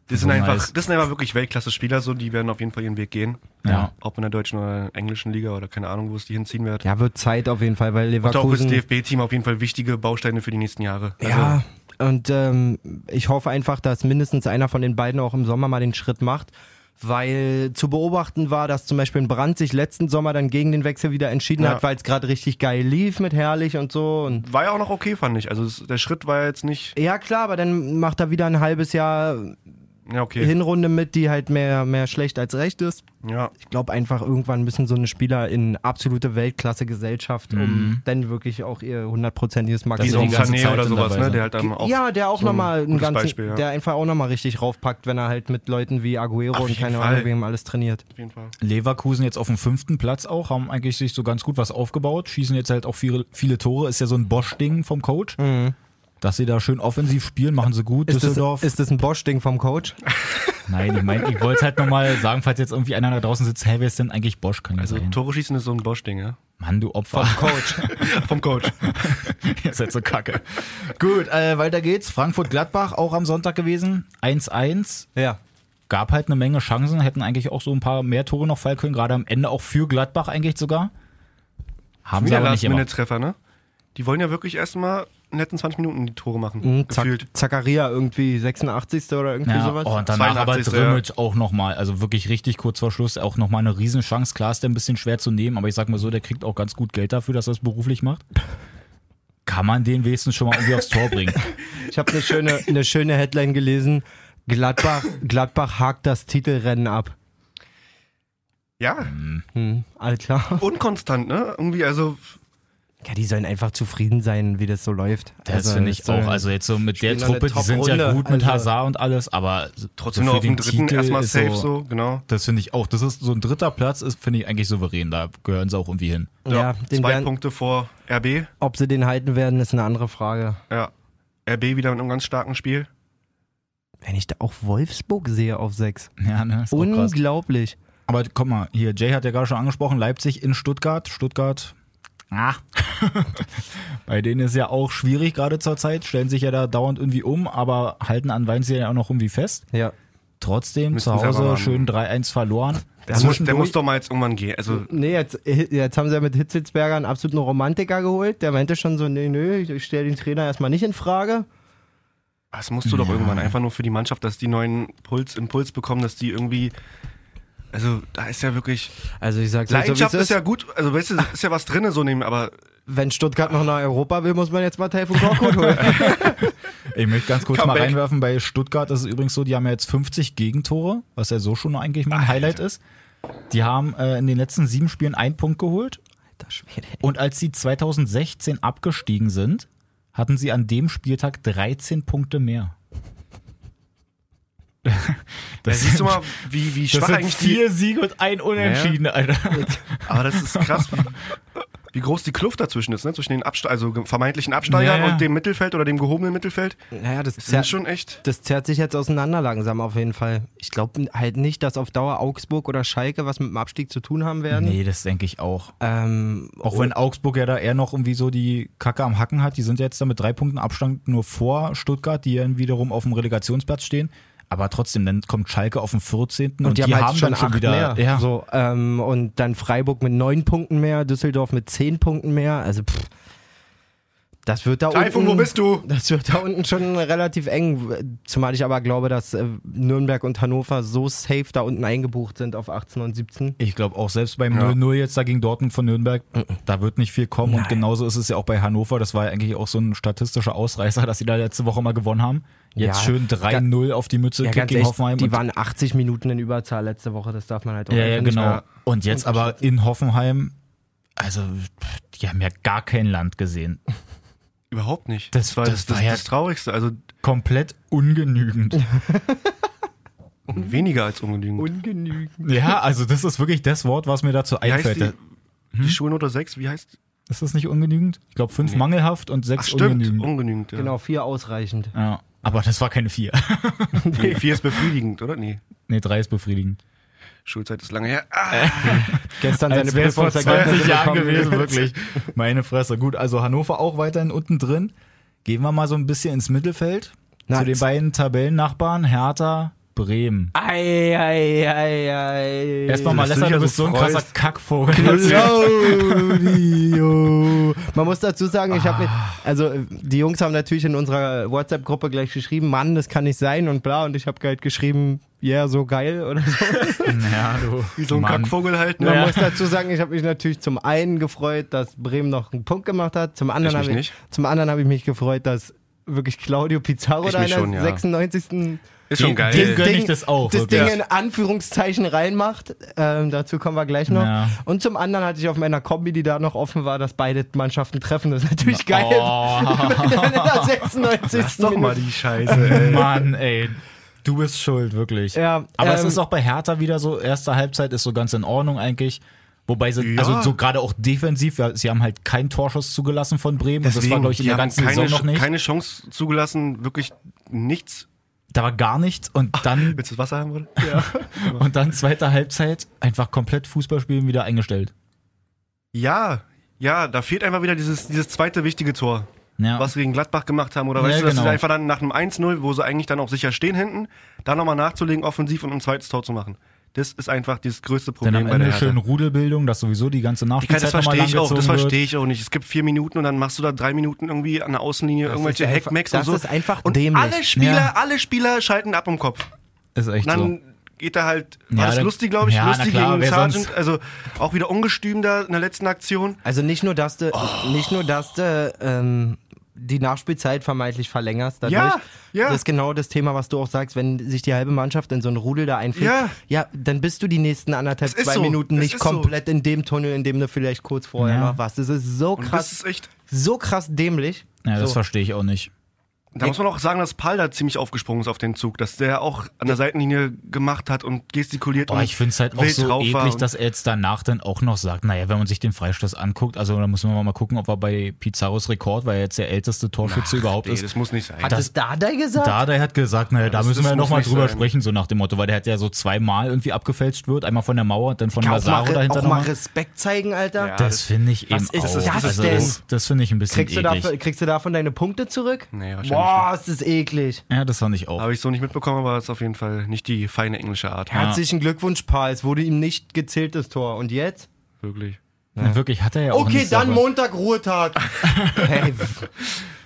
[SPEAKER 3] Das sind,
[SPEAKER 1] So
[SPEAKER 3] einfach,
[SPEAKER 1] nice.
[SPEAKER 3] das sind einfach wirklich Weltklasse-Spieler, so die werden auf jeden Fall ihren Weg gehen.
[SPEAKER 1] Ja.
[SPEAKER 3] Ob in der deutschen oder englischen Liga oder keine Ahnung, wo es die hinziehen wird.
[SPEAKER 2] Ja, wird Zeit auf jeden Fall, weil
[SPEAKER 3] Und auch fürs
[SPEAKER 2] Leverkusen.
[SPEAKER 3] DFB-Team auf jeden Fall wichtige Bausteine für die nächsten Jahre. Also,
[SPEAKER 2] ja, und ähm, ich hoffe einfach, dass mindestens einer von den beiden auch im Sommer mal den Schritt macht. Weil zu beobachten war, dass zum Beispiel ein Brand sich letzten Sommer dann gegen den Wechsel wieder entschieden
[SPEAKER 3] Ja.
[SPEAKER 2] hat, weil es gerade richtig geil lief mit Herrlich und so. Und
[SPEAKER 3] War ja auch noch okay, fand ich. Also es, der Schritt war ja jetzt nicht.
[SPEAKER 2] ja klar, aber dann macht er wieder ein halbes Jahr
[SPEAKER 3] Ja, okay.
[SPEAKER 2] Hinrunde mit, die halt mehr, mehr schlecht als recht ist.
[SPEAKER 3] ja.
[SPEAKER 2] Ich glaube einfach, irgendwann müssen so eine Spieler in absolute Weltklasse-Gesellschaft, um
[SPEAKER 3] Mhm.
[SPEAKER 2] dann wirklich auch ihr hundertprozentiges
[SPEAKER 1] Dass
[SPEAKER 3] Wie
[SPEAKER 1] sie
[SPEAKER 3] so
[SPEAKER 2] Maximum
[SPEAKER 3] ein
[SPEAKER 1] die ganze
[SPEAKER 3] Sané
[SPEAKER 1] Zeit
[SPEAKER 3] oder
[SPEAKER 1] dann
[SPEAKER 3] sowas,
[SPEAKER 1] dabei
[SPEAKER 3] ne?
[SPEAKER 1] sind.
[SPEAKER 3] Der halt dann auch.
[SPEAKER 2] Ja, der auch
[SPEAKER 3] so ein
[SPEAKER 2] nochmal einen
[SPEAKER 3] gutes
[SPEAKER 2] ganzen,
[SPEAKER 3] Beispiel, ja.
[SPEAKER 2] der einfach auch nochmal richtig raufpackt, wenn er halt mit Leuten wie Aguero
[SPEAKER 3] Auf
[SPEAKER 2] und
[SPEAKER 3] jeden
[SPEAKER 2] keine
[SPEAKER 3] Fall.
[SPEAKER 2] Ahnung wem alles trainiert.
[SPEAKER 3] Auf jeden Fall.
[SPEAKER 1] Leverkusen jetzt auf dem fünften Platz auch, haben eigentlich sich so ganz gut was aufgebaut, schießen jetzt halt auch viele, viele Tore, ist ja so ein Bosch-Ding vom Coach. Dass sie da schön offensiv spielen, machen sie gut.
[SPEAKER 2] Ist das,
[SPEAKER 1] Düsseldorf.
[SPEAKER 2] ist das ein Bosch-Ding vom Coach?
[SPEAKER 1] Nein, ich meine, ich wollte es halt nochmal sagen, falls jetzt irgendwie einer da draußen sitzt, hey, wer ist denn eigentlich Bosch? Kann ja
[SPEAKER 3] Also
[SPEAKER 1] sein.
[SPEAKER 3] Tore schießen ist so ein Bosch-Ding, ja?
[SPEAKER 1] Mann, du Opfer.
[SPEAKER 2] Coach.
[SPEAKER 3] Vom Coach.
[SPEAKER 1] Ihr seid so kacke. Gut, äh, weiter geht's. Frankfurt-Gladbach auch am Sonntag gewesen. 1-1.
[SPEAKER 2] ja.
[SPEAKER 1] Gab halt eine Menge Chancen, hätten eigentlich auch so ein paar mehr Tore noch fallen können. Gerade am Ende auch für Gladbach eigentlich sogar. Haben sie
[SPEAKER 3] Wieder
[SPEAKER 1] aber nicht immer.
[SPEAKER 3] Last-Minute-Treffer, ne? Die wollen ja wirklich erstmal in den letzten 20 Minuten die Tore machen.
[SPEAKER 2] Mhm, Zack,
[SPEAKER 3] gefühlt.
[SPEAKER 2] Zakaria irgendwie 86. oder irgendwie
[SPEAKER 1] Ja,
[SPEAKER 2] sowas.
[SPEAKER 1] oh, und danach aber
[SPEAKER 3] 82.,
[SPEAKER 1] Drimmitsch auch nochmal. Also wirklich richtig kurz vor Schluss auch nochmal eine Riesenchance. Klar ist der ein bisschen schwer zu nehmen, aber ich sag mal so, der kriegt auch ganz gut Geld dafür, dass er es beruflich macht. Kann man den wenigstens schon mal irgendwie aufs Tor bringen.
[SPEAKER 2] Ich habe eine schöne, eine schöne Headline gelesen. Gladbach, Gladbach hakt das Titelrennen ab.
[SPEAKER 3] Ja,
[SPEAKER 2] Hm, all klar.
[SPEAKER 3] unkonstant, ne? Irgendwie, also
[SPEAKER 2] Ja, die sollen einfach zufrieden sein, wie das so läuft.
[SPEAKER 1] Das finde ich
[SPEAKER 2] soll-
[SPEAKER 1] auch. Also jetzt so mit der
[SPEAKER 2] spielen eine
[SPEAKER 1] Truppe, die sind ja
[SPEAKER 2] Top-Runde,
[SPEAKER 1] gut mit
[SPEAKER 2] also-
[SPEAKER 1] Hazard und alles, aber so-
[SPEAKER 3] trotzdem
[SPEAKER 1] so
[SPEAKER 3] noch
[SPEAKER 1] für
[SPEAKER 3] auf dem
[SPEAKER 1] den
[SPEAKER 3] dritten
[SPEAKER 1] Titel
[SPEAKER 3] erstmal
[SPEAKER 1] ist
[SPEAKER 3] safe, so, genau.
[SPEAKER 1] Das finde ich auch. Das ist so ein dritter Platz, ist finde ich eigentlich souverän. Da gehören sie auch irgendwie hin.
[SPEAKER 2] ja, den
[SPEAKER 3] zwei
[SPEAKER 2] werden,
[SPEAKER 3] Punkte vor RB.
[SPEAKER 2] ob sie den halten werden, ist eine andere Frage.
[SPEAKER 3] Ja. RB wieder mit einem ganz starken Spiel.
[SPEAKER 2] Wenn ich da auch Wolfsburg sehe auf 6.
[SPEAKER 1] Ja, ne? Ist auch krass.
[SPEAKER 2] Unglaublich.
[SPEAKER 1] Aber guck mal, hier, Jay hat ja gerade schon angesprochen, Leipzig in Stuttgart. Stuttgart. Ah. Bei denen ist ja auch schwierig gerade zur Zeit, stellen sich ja da dauernd irgendwie um, aber halten an Weinziel ja auch noch irgendwie fest.
[SPEAKER 2] Ja.
[SPEAKER 1] Trotzdem
[SPEAKER 3] Müssen
[SPEAKER 1] zu
[SPEAKER 3] sie aber
[SPEAKER 1] Hause
[SPEAKER 3] machen.
[SPEAKER 1] schön 3-1 verloren.
[SPEAKER 3] Der muss, der
[SPEAKER 1] Zwischendurch-
[SPEAKER 3] muss doch mal jetzt irgendwann gehen. Also,
[SPEAKER 2] Nee, jetzt, jetzt haben sie ja mit Hitzelsberger einen absoluten Romantiker geholt. Der meinte schon so, nee, nee, ich- ich stelle den Trainer erstmal nicht in Frage.
[SPEAKER 3] das musst du doch irgendwann einfach nur für die Mannschaft, dass die neuen Puls, Impuls bekommen, dass die irgendwie. Also, da ist ja wirklich.
[SPEAKER 2] Also ich sag's euch so,
[SPEAKER 3] Leidenschaft
[SPEAKER 2] wie es
[SPEAKER 3] ist ja gut, also weißt du, ist ja was drin, so nehmen, aber
[SPEAKER 2] Wenn Stuttgart noch nach Europa will, muss man jetzt mal Taifun Korkut holen.
[SPEAKER 1] Ich möchte ganz kurz mal
[SPEAKER 3] Comeback.
[SPEAKER 1] reinwerfen, bei Stuttgart ist es übrigens so, die haben ja jetzt 50 Gegentore, was ja so schon eigentlich mal ein Highlight ist. Die haben äh, in den letzten sieben Spielen einen Punkt geholt
[SPEAKER 2] Alter Schwede.
[SPEAKER 1] und als sie 2016 abgestiegen sind, hatten sie an dem Spieltag 13 Punkte mehr.
[SPEAKER 3] da
[SPEAKER 1] Das
[SPEAKER 3] siehst du mal, wie, wie schwach
[SPEAKER 1] das sind
[SPEAKER 3] eigentlich
[SPEAKER 1] vier Siege und ein Unentschieden, Alter.
[SPEAKER 3] die. Aber das ist krass, wie, wie groß die Kluft dazwischen ist, ne? Zwischen den Abste also ge- vermeintlichen Absteigern
[SPEAKER 1] Ja, ja.
[SPEAKER 3] und dem Mittelfeld oder dem gehobenen Mittelfeld.
[SPEAKER 2] Naja, das,
[SPEAKER 3] Das
[SPEAKER 2] zerrt-
[SPEAKER 3] sind schon echt.
[SPEAKER 2] das zerrt sich jetzt auseinander langsam auf jeden Fall. Ich glaube halt nicht, dass auf Dauer Augsburg oder Schalke was mit dem Abstieg zu tun haben werden.
[SPEAKER 1] Nee, das denke ich auch.
[SPEAKER 2] Ähm,
[SPEAKER 1] Auch wenn Augsburg ja da eher noch irgendwie so die Kacke am Hacken hat, die sind jetzt da mit drei Punkten Abstand nur vor Stuttgart, die dann wiederum auf dem Relegationsplatz stehen. Aber trotzdem, dann kommt Schalke auf den 14. Und, die, haben,
[SPEAKER 2] halt
[SPEAKER 1] dann schon
[SPEAKER 2] acht
[SPEAKER 1] wieder.
[SPEAKER 2] mehr.
[SPEAKER 1] Ja.
[SPEAKER 2] So, ähm, und dann Freiburg mit neun Punkten mehr, Düsseldorf mit zehn Punkten mehr. Also pff, das wird da
[SPEAKER 3] Taifun,
[SPEAKER 2] unten.
[SPEAKER 3] wo bist du?
[SPEAKER 2] Das wird da unten schon relativ eng. Zumal ich aber glaube, dass äh, Nürnberg und Hannover so safe da unten eingebucht sind auf 18 und 17.
[SPEAKER 1] Ich glaube auch selbst beim 0-0 jetzt da gegen Dortmund von Nürnberg,
[SPEAKER 2] Mhm.
[SPEAKER 1] da wird nicht viel kommen. Und genauso ist es ja auch bei Hannover. Das war ja eigentlich auch so ein statistischer Ausreißer, dass sie da letzte Woche mal gewonnen haben. Jetzt
[SPEAKER 2] Ja.
[SPEAKER 1] schön 3-0 auf die Mütze
[SPEAKER 2] Ja,
[SPEAKER 1] gekickt
[SPEAKER 2] ganz
[SPEAKER 1] gegen
[SPEAKER 2] echt,
[SPEAKER 1] Hoffenheim.
[SPEAKER 2] die
[SPEAKER 1] und-
[SPEAKER 2] waren 80 Minuten in Überzahl letzte Woche, das darf man halt auch
[SPEAKER 1] Ja, ja,
[SPEAKER 2] einfach nicht
[SPEAKER 1] genau.
[SPEAKER 2] mehr-
[SPEAKER 1] Und jetzt aber in Hoffenheim, also pff, die haben ja gar kein Land gesehen.
[SPEAKER 3] Überhaupt nicht.
[SPEAKER 1] Das-
[SPEAKER 3] war
[SPEAKER 1] das Mhm.
[SPEAKER 3] das, das,
[SPEAKER 1] war ja-
[SPEAKER 3] das Traurigste. Also
[SPEAKER 1] Komplett ungenügend.
[SPEAKER 3] weniger als ungenügend.
[SPEAKER 2] Ungenügend.
[SPEAKER 1] ja, also das ist wirklich das Wort, was mir dazu
[SPEAKER 3] Wie heißt
[SPEAKER 1] einfällt.
[SPEAKER 3] die, Hm? die Schulnote 6? Wie heißt
[SPEAKER 1] Ist das nicht ungenügend? Ich glaube fünf mangelhaft und
[SPEAKER 3] Ach,
[SPEAKER 1] sechs
[SPEAKER 3] stimmt.
[SPEAKER 1] ungenügend.
[SPEAKER 3] Ungenügend, ja.
[SPEAKER 2] Genau, vier ausreichend.
[SPEAKER 1] ja. Aber das war keine vier.
[SPEAKER 3] Nee, 4 ist befriedigend, oder? Nee.
[SPEAKER 1] nee, drei ist befriedigend.
[SPEAKER 3] Schulzeit ist lange her. Ah,
[SPEAKER 2] Gestern seine
[SPEAKER 1] Als wäre es vor
[SPEAKER 2] Prüfungsergebnisse
[SPEAKER 1] 20 Jahren
[SPEAKER 2] bekommen.
[SPEAKER 1] gewesen, wirklich. Meine Fresse. Gut, also Hannover auch weiterhin unten drin. Gehen wir mal so ein bisschen ins Mittelfeld.
[SPEAKER 2] Na,
[SPEAKER 1] zu den
[SPEAKER 2] z-
[SPEAKER 1] beiden Tabellennachbarn, Hertha, Bremen.
[SPEAKER 2] Ei, ei, ei, ei.
[SPEAKER 1] Erstmal mal,
[SPEAKER 3] dass du
[SPEAKER 1] Lester,
[SPEAKER 3] dich
[SPEAKER 1] du
[SPEAKER 3] ja
[SPEAKER 1] bist so
[SPEAKER 3] so
[SPEAKER 1] ein krasser
[SPEAKER 3] freust.
[SPEAKER 1] Kackvogel.
[SPEAKER 2] Claudio. Man muss dazu sagen, ich habe
[SPEAKER 3] Ah.
[SPEAKER 2] also äh, die Jungs haben natürlich in unserer WhatsApp-Gruppe gleich geschrieben, Mann, das kann nicht sein und bla und ich habe halt geschrieben, ja, yeah, so geil oder so.
[SPEAKER 1] Ja, du.
[SPEAKER 3] Wie so ein
[SPEAKER 1] Mann.
[SPEAKER 3] Kackvogel halt.
[SPEAKER 2] Man
[SPEAKER 3] Ne?
[SPEAKER 2] muss dazu sagen, ich habe mich natürlich zum einen gefreut, dass Bremen noch einen Punkt gemacht hat, zum anderen
[SPEAKER 3] Ich mich
[SPEAKER 2] habe ich,
[SPEAKER 3] nicht.
[SPEAKER 2] zum anderen habe ich mich gefreut, dass wirklich Claudio Pizarro
[SPEAKER 3] Ich
[SPEAKER 2] da in
[SPEAKER 3] mich
[SPEAKER 2] der
[SPEAKER 3] schon, ja.
[SPEAKER 2] 96.
[SPEAKER 3] Ist schon geil.
[SPEAKER 1] Den gönn ich das auch.
[SPEAKER 2] das
[SPEAKER 1] wirklich.
[SPEAKER 2] Ding in Anführungszeichen reinmacht. Ähm, dazu kommen wir gleich noch.
[SPEAKER 1] Ja.
[SPEAKER 2] Und zum anderen hatte ich auf meiner Kombi, die da noch offen war, dass beide Mannschaften treffen. Das ist natürlich geil.
[SPEAKER 1] Oh,
[SPEAKER 2] in der 96.
[SPEAKER 3] Lass doch mal die Scheiße, ey.
[SPEAKER 1] Mann, ey. Du bist schuld, wirklich.
[SPEAKER 2] Ja,
[SPEAKER 1] Aber es
[SPEAKER 2] ähm,
[SPEAKER 1] ist auch bei Hertha wieder so, erste Halbzeit ist so ganz in Ordnung eigentlich. Wobei sie,
[SPEAKER 3] Ja.
[SPEAKER 1] also so gerade auch defensiv, ja, sie haben halt keinen Torschuss zugelassen von Bremen. das war, glaube ich, in
[SPEAKER 3] die
[SPEAKER 1] der
[SPEAKER 3] haben
[SPEAKER 1] ganzen
[SPEAKER 3] keine,
[SPEAKER 1] Saison noch
[SPEAKER 3] Sch-
[SPEAKER 1] nicht.
[SPEAKER 3] keine Chance zugelassen, wirklich nichts.
[SPEAKER 1] Da war gar nichts. Und dann,
[SPEAKER 3] Willst du das Wasser haben, oder? genau.
[SPEAKER 1] und dann zweite Halbzeit einfach komplett Fußballspielen wieder eingestellt.
[SPEAKER 3] Ja, ja, da fehlt einfach wieder dieses, dieses zweite wichtige Tor,
[SPEAKER 1] Ja.
[SPEAKER 3] was sie gegen Gladbach gemacht haben. Oder
[SPEAKER 1] Ja,
[SPEAKER 3] weißt du, dass
[SPEAKER 1] genau.
[SPEAKER 3] sie einfach dann nach einem 1-0, wo sie eigentlich dann auch sicher stehen hinten, da nochmal nachzulegen, offensiv und ein zweites Tor zu machen. Das ist einfach das größte
[SPEAKER 1] Dann
[SPEAKER 3] Problem
[SPEAKER 1] am
[SPEAKER 3] bei der
[SPEAKER 1] Ende
[SPEAKER 3] Hertha.
[SPEAKER 1] schön Rudelbildung, dass sowieso die ganze
[SPEAKER 3] Ich kann,
[SPEAKER 1] Nachspielzeit
[SPEAKER 3] das
[SPEAKER 1] nochmal
[SPEAKER 3] verstehe ich auch, das
[SPEAKER 1] langgezogen wird.
[SPEAKER 3] verstehe ich auch nicht. Es gibt vier Minuten und dann machst du da drei Minuten irgendwie an der Außenlinie irgendwelche
[SPEAKER 2] ist einfach-
[SPEAKER 3] Hackmacks
[SPEAKER 2] das
[SPEAKER 3] und so.
[SPEAKER 2] ist einfach
[SPEAKER 3] und
[SPEAKER 2] dämlich.
[SPEAKER 3] alle Spieler,
[SPEAKER 1] Ja.
[SPEAKER 3] alle Spieler schalten ab im Kopf.
[SPEAKER 1] Ist echt
[SPEAKER 3] dann
[SPEAKER 1] so.
[SPEAKER 3] geht er halt,
[SPEAKER 1] Ja,
[SPEAKER 3] war das
[SPEAKER 1] dann-
[SPEAKER 3] lustig, glaube ich,
[SPEAKER 1] Ja, na
[SPEAKER 3] lustig
[SPEAKER 1] klar,
[SPEAKER 3] gegen
[SPEAKER 1] wer
[SPEAKER 3] Sargent,
[SPEAKER 1] sonst?
[SPEAKER 3] also auch wieder ungestüm da in der letzten Aktion.
[SPEAKER 2] Also nicht nur, dass du,
[SPEAKER 3] Oh.
[SPEAKER 2] nicht nur, dass du ähm, die Nachspielzeit vermeintlich verlängerst dadurch.
[SPEAKER 3] Ja, ja.
[SPEAKER 2] Das ist genau das Thema, was du auch sagst, wenn sich die halbe Mannschaft in so ein Rudel da einfühlt.
[SPEAKER 3] Ja.
[SPEAKER 2] ja dann bist du die nächsten anderthalb,
[SPEAKER 3] Es ist
[SPEAKER 2] zwei
[SPEAKER 3] so,
[SPEAKER 2] Minuten
[SPEAKER 3] es
[SPEAKER 2] nicht
[SPEAKER 3] ist so.
[SPEAKER 2] komplett in dem Tunnel, in dem du vielleicht kurz vorher
[SPEAKER 1] Ja.
[SPEAKER 2] noch warst. Das ist so
[SPEAKER 3] Und
[SPEAKER 2] krass,
[SPEAKER 3] das ist echt,
[SPEAKER 2] so krass dämlich.
[SPEAKER 1] Ja, das
[SPEAKER 2] so.
[SPEAKER 1] verstehe ich auch nicht.
[SPEAKER 3] da muss man auch sagen, dass Paul da ziemlich aufgesprungen ist auf den Zug, dass der auch an der Seitenlinie gemacht hat und gestikuliert
[SPEAKER 1] Boah,
[SPEAKER 3] und
[SPEAKER 1] ich finde es halt auch
[SPEAKER 3] wild
[SPEAKER 1] so
[SPEAKER 3] drauf war
[SPEAKER 1] eklig,
[SPEAKER 3] und-
[SPEAKER 1] dass er jetzt danach dann auch noch sagt, naja, wenn man sich den Freistoß anguckt, also da müssen wir mal gucken, ob er bei Pizarros Rekord, weil er jetzt der älteste Torschütze überhaupt
[SPEAKER 3] Nee,
[SPEAKER 1] ist.
[SPEAKER 3] das muss nicht sein.
[SPEAKER 2] Hat
[SPEAKER 1] Das-
[SPEAKER 2] das, Dardai gesagt?
[SPEAKER 1] Da, der hat gesagt, naja, da
[SPEAKER 3] das-
[SPEAKER 1] müssen
[SPEAKER 3] das
[SPEAKER 1] wir
[SPEAKER 3] muss
[SPEAKER 1] nochmal
[SPEAKER 3] nicht
[SPEAKER 1] drüber
[SPEAKER 3] sein.
[SPEAKER 1] sprechen, so nach dem Motto, weil der hat ja so zweimal irgendwie abgefälscht wird, einmal von der Mauer und dann von
[SPEAKER 2] Kann auch mal,
[SPEAKER 1] Lazaro
[SPEAKER 2] Re-
[SPEAKER 1] dahinter
[SPEAKER 2] auch mal
[SPEAKER 1] nochmal.
[SPEAKER 2] Respekt zeigen, Alter.
[SPEAKER 3] Ja,
[SPEAKER 1] Das finde ich eben
[SPEAKER 2] Was ist
[SPEAKER 1] auch.
[SPEAKER 2] das
[SPEAKER 1] also
[SPEAKER 2] denn?
[SPEAKER 1] das, das finde ich ein bisschen
[SPEAKER 2] Kriegst, du
[SPEAKER 1] eklig.
[SPEAKER 2] dafür, kriegst du davon deine Punkte zurück?
[SPEAKER 3] Nee, wahrscheinlich
[SPEAKER 1] nicht.
[SPEAKER 2] Oh, es ist eklig.
[SPEAKER 1] Ja, das fand ich auch.
[SPEAKER 3] Habe ich so nicht mitbekommen, aber ist auf jeden Fall nicht die feine englische Art.
[SPEAKER 2] Herzlichen Glückwunsch, Paul. Es wurde ihm nicht gezählt, das Tor. Und jetzt?
[SPEAKER 3] Wirklich.
[SPEAKER 1] Na, wirklich, hat er ja auch
[SPEAKER 2] Okay,
[SPEAKER 1] nichts
[SPEAKER 2] dann
[SPEAKER 1] dabei.
[SPEAKER 2] Montag Ruhetag. hey,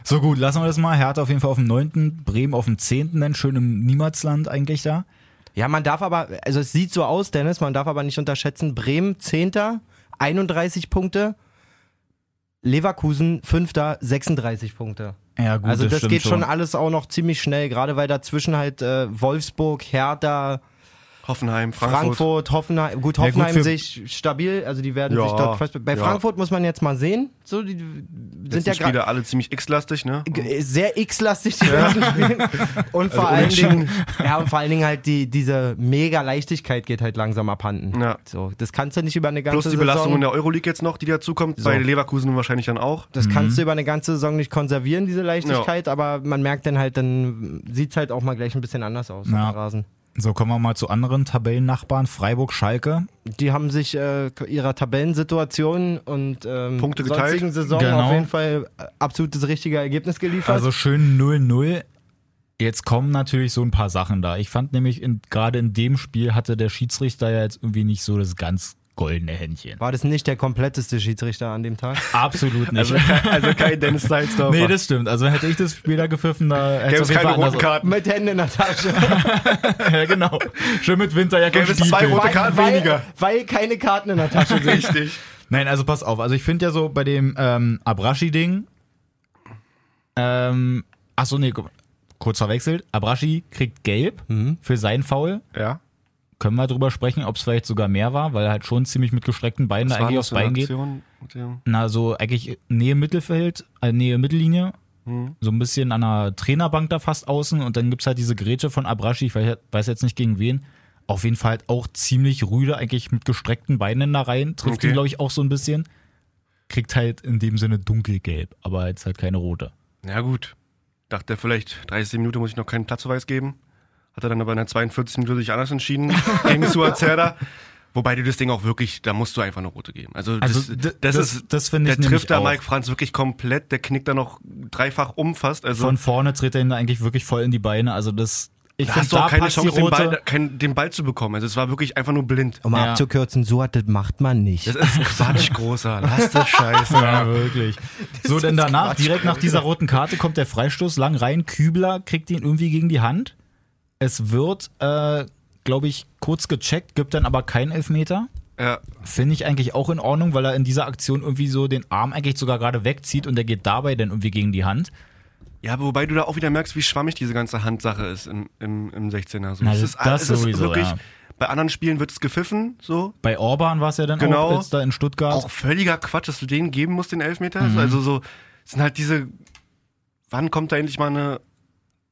[SPEAKER 1] So gut, lassen wir das mal. Hertha auf jeden Fall auf dem 9., Bremen auf dem 10., dann schön im Niemandsland eigentlich da.
[SPEAKER 2] Ja, man darf aber, also es sieht so aus, Dennis, man darf aber nicht unterschätzen, Bremen 10. 31 Punkte, Leverkusen 5. 36 Punkte.
[SPEAKER 1] Ja, gut,
[SPEAKER 2] Also das,
[SPEAKER 1] stimmt
[SPEAKER 2] geht schon alles auch noch ziemlich schnell, gerade weil dazwischen halt äh, Wolfsburg, Hertha,
[SPEAKER 3] Hoffenheim, Frankfurt.
[SPEAKER 2] Frankfurt, Hoffenheim, gut,
[SPEAKER 1] Ja, gut,
[SPEAKER 2] Hoffenheim
[SPEAKER 1] für-
[SPEAKER 2] sich stabil, also die werden
[SPEAKER 3] Ja,
[SPEAKER 2] sich dort fast, bei
[SPEAKER 3] ja.
[SPEAKER 2] Frankfurt muss man jetzt mal sehen, so die sind
[SPEAKER 3] Jetzt die
[SPEAKER 2] ja gerade
[SPEAKER 3] Spiele alle ziemlich x-lastig, ne?
[SPEAKER 2] G- sehr X-lastig die ganzen Spiele. Und
[SPEAKER 3] Also
[SPEAKER 2] vor allen Dingen, ja, und vor allen Dingen halt die, diese mega Leichtigkeit geht halt langsam abhanden.
[SPEAKER 3] Ja.
[SPEAKER 2] So, das kannst du nicht über eine ganze
[SPEAKER 3] Plus die Belastung in
[SPEAKER 2] Saison.
[SPEAKER 3] der Euroleague jetzt noch, die dazukommt. Bei Leverkusen wahrscheinlich dann auch.
[SPEAKER 2] Das kannst du über eine ganze Saison nicht konservieren, diese Leichtigkeit, aber man merkt dann halt, dann sieht es halt auch mal gleich ein bisschen anders aus
[SPEAKER 1] Ja.
[SPEAKER 2] auf dem Rasen.
[SPEAKER 1] So, kommen wir mal zu anderen Tabellennachbarn. Freiburg, Schalke.
[SPEAKER 2] Die haben sich äh, ihrer Tabellensituation und ähm,
[SPEAKER 3] Punkte geteilt.
[SPEAKER 2] sonstigen Saison
[SPEAKER 1] Genau.
[SPEAKER 2] auf jeden Fall äh, absolutes richtige Ergebnis geliefert.
[SPEAKER 1] Also schön 0-0. Jetzt kommen natürlich so ein paar Sachen da. Ich fand nämlich, in, gerade in dem Spiel hatte der Schiedsrichter ja jetzt irgendwie nicht so das ganz goldene Händchen.
[SPEAKER 2] war das nicht der kompletteste Schiedsrichter an dem Tag?
[SPEAKER 1] Absolut nicht.
[SPEAKER 3] Also kein Dennis Salzdorfer.
[SPEAKER 1] nee, das stimmt. Also hätte ich das Spiel da gepfiffen, da hätte
[SPEAKER 3] Gäbe es keine
[SPEAKER 1] also
[SPEAKER 3] roten Karten.
[SPEAKER 2] Mit Händen in der Tasche.
[SPEAKER 1] Ja, genau. Schön mit Winterjacke
[SPEAKER 3] Gäbe es zwei rote Karten
[SPEAKER 2] weil,
[SPEAKER 3] weniger.
[SPEAKER 2] Weil keine Karten in der Tasche sind.
[SPEAKER 3] Richtig.
[SPEAKER 1] Nein, also pass auf. Also ich finde ja so bei dem ähm, Abrashi-Ding. Ähm, ach so, nee, gu- kurz verwechselt. Abrashi kriegt gelb
[SPEAKER 3] Mhm.
[SPEAKER 1] für sein Foul.
[SPEAKER 3] Ja.
[SPEAKER 1] Können wir drüber sprechen, ob es vielleicht sogar mehr war, weil er halt schon ziemlich mit gestreckten Beinen da eigentlich aufs Bein geht. Na, so eigentlich Nähe Mittelfeld, äh, Nähe Mittellinie.
[SPEAKER 3] Mhm.
[SPEAKER 1] So ein bisschen an der Trainerbank da fast außen und dann gibt es halt diese Grätsche von Abrashi, ich weiß, weiß jetzt nicht gegen wen. Auf jeden Fall halt auch ziemlich rüde, eigentlich mit gestreckten Beinen da rein. Trifft
[SPEAKER 3] Okay.
[SPEAKER 1] ihn, glaube ich, auch so ein bisschen. Kriegt halt in dem Sinne dunkelgelb, aber jetzt halt keine rote.
[SPEAKER 3] Ja, gut. Dachte er vielleicht, 30 Minuten muss ich noch keinen Platzverweis geben. Hat er dann aber in der 42 Minute sich anders entschieden gegen Suazerda. Wobei du das Ding auch wirklich, da musst du einfach eine rote geben. Also, das,
[SPEAKER 1] Also, d-
[SPEAKER 3] das,
[SPEAKER 1] das-
[SPEAKER 3] ist,
[SPEAKER 1] das finde ich
[SPEAKER 3] Der
[SPEAKER 1] nämlich
[SPEAKER 3] trifft da
[SPEAKER 1] auch.
[SPEAKER 3] Mike Franz wirklich komplett, der knickt da noch dreifach um fast. Also,
[SPEAKER 1] Von vorne tritt er ihn da eigentlich wirklich voll in die Beine. Also das, ich
[SPEAKER 3] da
[SPEAKER 1] finde,
[SPEAKER 3] hast du
[SPEAKER 1] da
[SPEAKER 3] auch keine
[SPEAKER 1] passt die
[SPEAKER 3] Chance, den
[SPEAKER 1] rote.
[SPEAKER 3] Ball, kein, den Ball zu bekommen. Also, es war wirklich einfach nur blind.
[SPEAKER 2] Um
[SPEAKER 1] Ja.
[SPEAKER 2] abzukürzen, so hat das macht man nicht.
[SPEAKER 3] Das ist Quatsch, großer. Lass das Scheiße.
[SPEAKER 1] Ja, wirklich. So, denn danach, direkt nach dieser roten Karte, kommt der Freistoß lang rein. Kübler kriegt ihn irgendwie gegen die Hand. Es wird, äh, glaube ich, kurz gecheckt, gibt dann aber keinen Elfmeter.
[SPEAKER 3] Ja,
[SPEAKER 1] Finde ich eigentlich auch in Ordnung, weil er in dieser Aktion irgendwie so den Arm eigentlich sogar gerade wegzieht und der geht dabei dann irgendwie gegen die Hand.
[SPEAKER 3] Ja, aber wobei du da auch wieder merkst, wie schwammig diese ganze Handsache ist im, im, im 16er. So.
[SPEAKER 1] Na,
[SPEAKER 3] es
[SPEAKER 1] das-
[SPEAKER 3] ist,
[SPEAKER 1] das
[SPEAKER 3] es ist
[SPEAKER 1] sowieso,
[SPEAKER 3] wirklich,
[SPEAKER 1] ja.
[SPEAKER 3] Bei anderen Spielen wird es gepfiffen, so.
[SPEAKER 1] Bei Orban war es ja dann
[SPEAKER 3] Genau.
[SPEAKER 1] auch jetzt da in Stuttgart.
[SPEAKER 3] Auch völliger Quatsch, dass du denen geben musst, den Elfmeter.
[SPEAKER 1] Mhm.
[SPEAKER 3] Also so, es sind halt diese, wann kommt da endlich mal eine,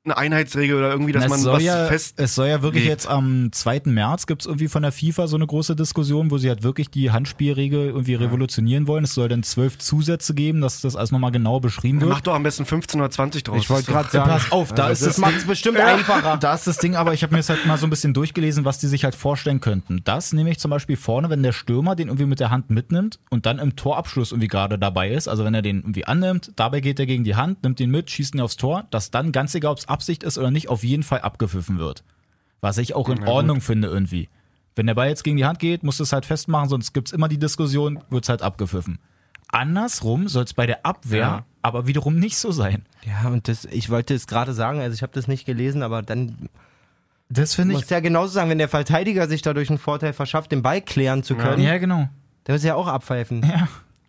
[SPEAKER 3] eine Einheitsregel oder irgendwie, dass
[SPEAKER 1] Na,
[SPEAKER 3] man
[SPEAKER 1] es soll,
[SPEAKER 3] was
[SPEAKER 1] ja,
[SPEAKER 3] fest...
[SPEAKER 1] es soll ja wirklich
[SPEAKER 3] legt.
[SPEAKER 1] jetzt am 2. März gibt es irgendwie von der FIFA so eine große Diskussion, wo sie halt wirklich die Handspielregel irgendwie revolutionieren wollen. Es soll dann zwölf Zusätze geben, dass das alles nochmal genau beschrieben
[SPEAKER 3] Mach
[SPEAKER 1] wird.
[SPEAKER 3] doch am besten 15 oder 20 draus.
[SPEAKER 2] ich wollte
[SPEAKER 3] Das
[SPEAKER 2] gerade sagen.
[SPEAKER 1] Pass auf, da ist
[SPEAKER 2] das
[SPEAKER 1] äh, das-
[SPEAKER 2] macht es bestimmt einfacher.
[SPEAKER 1] Da ist das Ding, aber ich habe mir jetzt halt mal so ein bisschen durchgelesen, was die sich halt vorstellen könnten. Das nämlich zum Beispiel vorne, wenn der Stürmer den irgendwie mit der Hand mitnimmt und dann im Torabschluss irgendwie gerade dabei ist, also wenn er den irgendwie annimmt, dabei geht er gegen die Hand, nimmt ihn mit, schießt ihn aufs Tor, dass dann, ganz egal ob es Absicht ist oder nicht, auf jeden Fall abgepfiffen wird. Was ich auch in Ordnung finde irgendwie. Wenn der Ball jetzt gegen die Hand geht, musst du es halt festmachen, sonst gibt es immer die Diskussion, wird es halt abgepfiffen. Andersrum soll es bei der Abwehr
[SPEAKER 3] Ja.
[SPEAKER 1] aber wiederum nicht so sein.
[SPEAKER 2] Ja, und das, ich wollte es gerade sagen, also ich habe das nicht gelesen, aber dann
[SPEAKER 1] Das finde
[SPEAKER 2] muss ja genauso sagen, wenn der Verteidiger sich dadurch einen Vorteil verschafft, den Ball klären zu können,
[SPEAKER 1] Ja, genau.
[SPEAKER 2] der muss ja auch abpfeifen.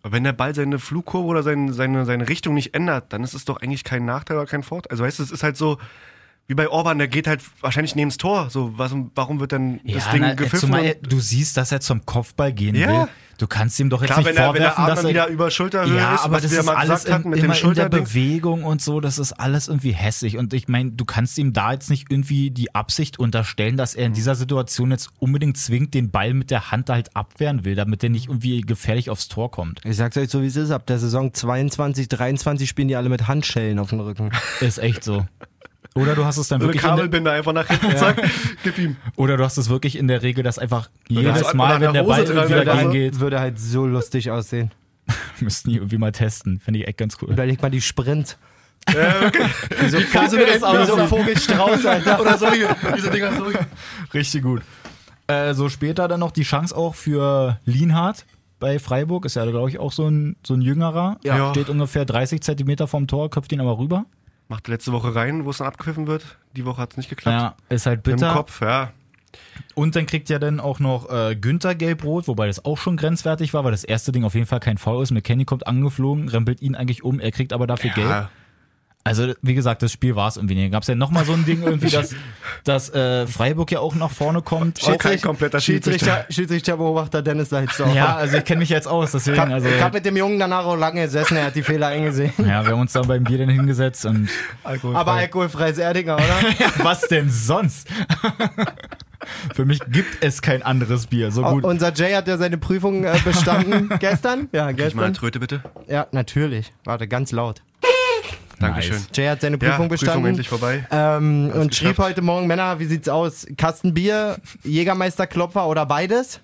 [SPEAKER 3] Aber Wenn der Ball seine Flugkurve oder seine, seine, seine Richtung nicht ändert, dann ist es doch eigentlich kein Nachteil oder kein Vorteil. Also weißt du, es ist halt so, wie bei Orban, der geht halt wahrscheinlich neben das Tor. So, was, warum wird denn das Ding
[SPEAKER 1] na,
[SPEAKER 3] gepfiffen?
[SPEAKER 1] zumal,
[SPEAKER 3] und-
[SPEAKER 1] du siehst, dass er zum Kopfball gehen
[SPEAKER 3] Ja.
[SPEAKER 1] will. Du kannst ihm doch jetzt
[SPEAKER 3] Klar,
[SPEAKER 1] nicht
[SPEAKER 3] wenn der, wenn der
[SPEAKER 1] vorwerfen,
[SPEAKER 3] Arm
[SPEAKER 1] dass
[SPEAKER 3] dann
[SPEAKER 1] er
[SPEAKER 3] wieder über Schulterhöhe
[SPEAKER 1] ja,
[SPEAKER 3] ist,
[SPEAKER 1] aber
[SPEAKER 3] was
[SPEAKER 1] das
[SPEAKER 3] wir
[SPEAKER 1] ist
[SPEAKER 3] mal
[SPEAKER 1] alles
[SPEAKER 3] gesagt hatten
[SPEAKER 1] in,
[SPEAKER 3] mit dem
[SPEAKER 1] immer in der
[SPEAKER 3] Schulterding.
[SPEAKER 1] Bewegung und so, das ist alles irgendwie hässlich. Und ich meine, du kannst ihm da jetzt nicht irgendwie die Absicht unterstellen, dass
[SPEAKER 3] Mhm.
[SPEAKER 1] er in dieser Situation jetzt unbedingt zwingend den Ball mit der Hand halt abwehren will, damit er nicht irgendwie gefährlich aufs Tor kommt.
[SPEAKER 2] Ich sag's euch so, wie es ist, ab der Saison 22, 23 spielen die alle mit Handschellen auf dem Rücken.
[SPEAKER 1] Ist echt so. Oder du hast es dann
[SPEAKER 3] So eine
[SPEAKER 1] wirklich in der,
[SPEAKER 3] Kabelbinder einfach nach hinten, zack, gib ihm.
[SPEAKER 1] oder du hast es wirklich in der Regel, dass einfach
[SPEAKER 3] so
[SPEAKER 1] jedes
[SPEAKER 3] an-
[SPEAKER 1] Mal,
[SPEAKER 3] an der
[SPEAKER 1] wenn der
[SPEAKER 3] Hose
[SPEAKER 1] Ball
[SPEAKER 3] dran
[SPEAKER 1] irgendwie
[SPEAKER 3] wäre,
[SPEAKER 1] da
[SPEAKER 3] also-
[SPEAKER 1] reingeht,
[SPEAKER 2] Würde halt so lustig aussehen.
[SPEAKER 1] müssten die irgendwie mal testen. Finde ich echt ganz cool.
[SPEAKER 2] Überleg mal die Sprint. Wieso Vogel,
[SPEAKER 1] das
[SPEAKER 2] wie so ein Vogelstrauß, Alter.
[SPEAKER 3] Oder solche, diese Dinger, solche.
[SPEAKER 1] Richtig gut. Äh, so später dann noch die Chance auch für Lienhardt bei Freiburg. Ist ja, glaube ich, auch so ein, so ein jüngerer.
[SPEAKER 3] Ja.
[SPEAKER 1] Steht ungefähr 30 Zentimeter vom Tor, köpft ihn aber rüber.
[SPEAKER 3] Macht letzte Woche rein, wo es dann abgepfiffen wird. Die Woche hat es nicht geklappt.
[SPEAKER 1] Ja, ist halt
[SPEAKER 3] Im
[SPEAKER 1] bitter.
[SPEAKER 3] Kopf, ja.
[SPEAKER 1] Und dann kriegt ja dann auch noch äh, Günther Gelbrot, wobei das auch schon grenzwertig war, weil das erste Ding auf jeden Fall kein Foul ist. McKenny kommt angeflogen, rempelt ihn eigentlich um, er kriegt aber dafür Geld.
[SPEAKER 3] ja.
[SPEAKER 1] Also, wie gesagt, das Spiel war es irgendwie nicht. Gab es ja nochmal so ein Ding irgendwie, dass, dass äh, Freiburg ja auch nach vorne kommt.
[SPEAKER 3] Shit.
[SPEAKER 1] Auch,
[SPEAKER 3] Kein kompletter Schiedsrichter.
[SPEAKER 2] Schiedsrichter, Schiedsrichterbeobachter Dennis Salzdorfer.
[SPEAKER 1] ja, also ich kenne mich jetzt aus, deswegen.
[SPEAKER 2] Ich hab,
[SPEAKER 1] Also,
[SPEAKER 2] ich hab mit dem Jungen danach auch lange gesessen, er hat die Fehler eingesehen.
[SPEAKER 1] ja, wir haben uns dann beim Bier dann hingesetzt und
[SPEAKER 2] Aber alkoholfreies Erdinger, oder?
[SPEAKER 1] was denn sonst? Für mich gibt es kein anderes Bier. So gut.
[SPEAKER 2] Au- Unser Jay hat ja seine Prüfung äh, bestanden gestern. Ja,
[SPEAKER 3] Ich mal eine
[SPEAKER 2] gestern.
[SPEAKER 3] Tröte bitte.
[SPEAKER 2] Ja, natürlich. Warte, ganz laut.
[SPEAKER 3] Dankeschön.
[SPEAKER 1] Nice.
[SPEAKER 2] Jay hat seine
[SPEAKER 3] Ja,
[SPEAKER 2] Prüfung
[SPEAKER 3] Prüfung
[SPEAKER 2] bestanden.
[SPEAKER 3] endlich vorbei.
[SPEAKER 2] ähm, und
[SPEAKER 3] geschafft.
[SPEAKER 2] schrieb heute Morgen, Männer, wie sieht's aus? Kastenbier, Jägermeister, Klopfer oder beides?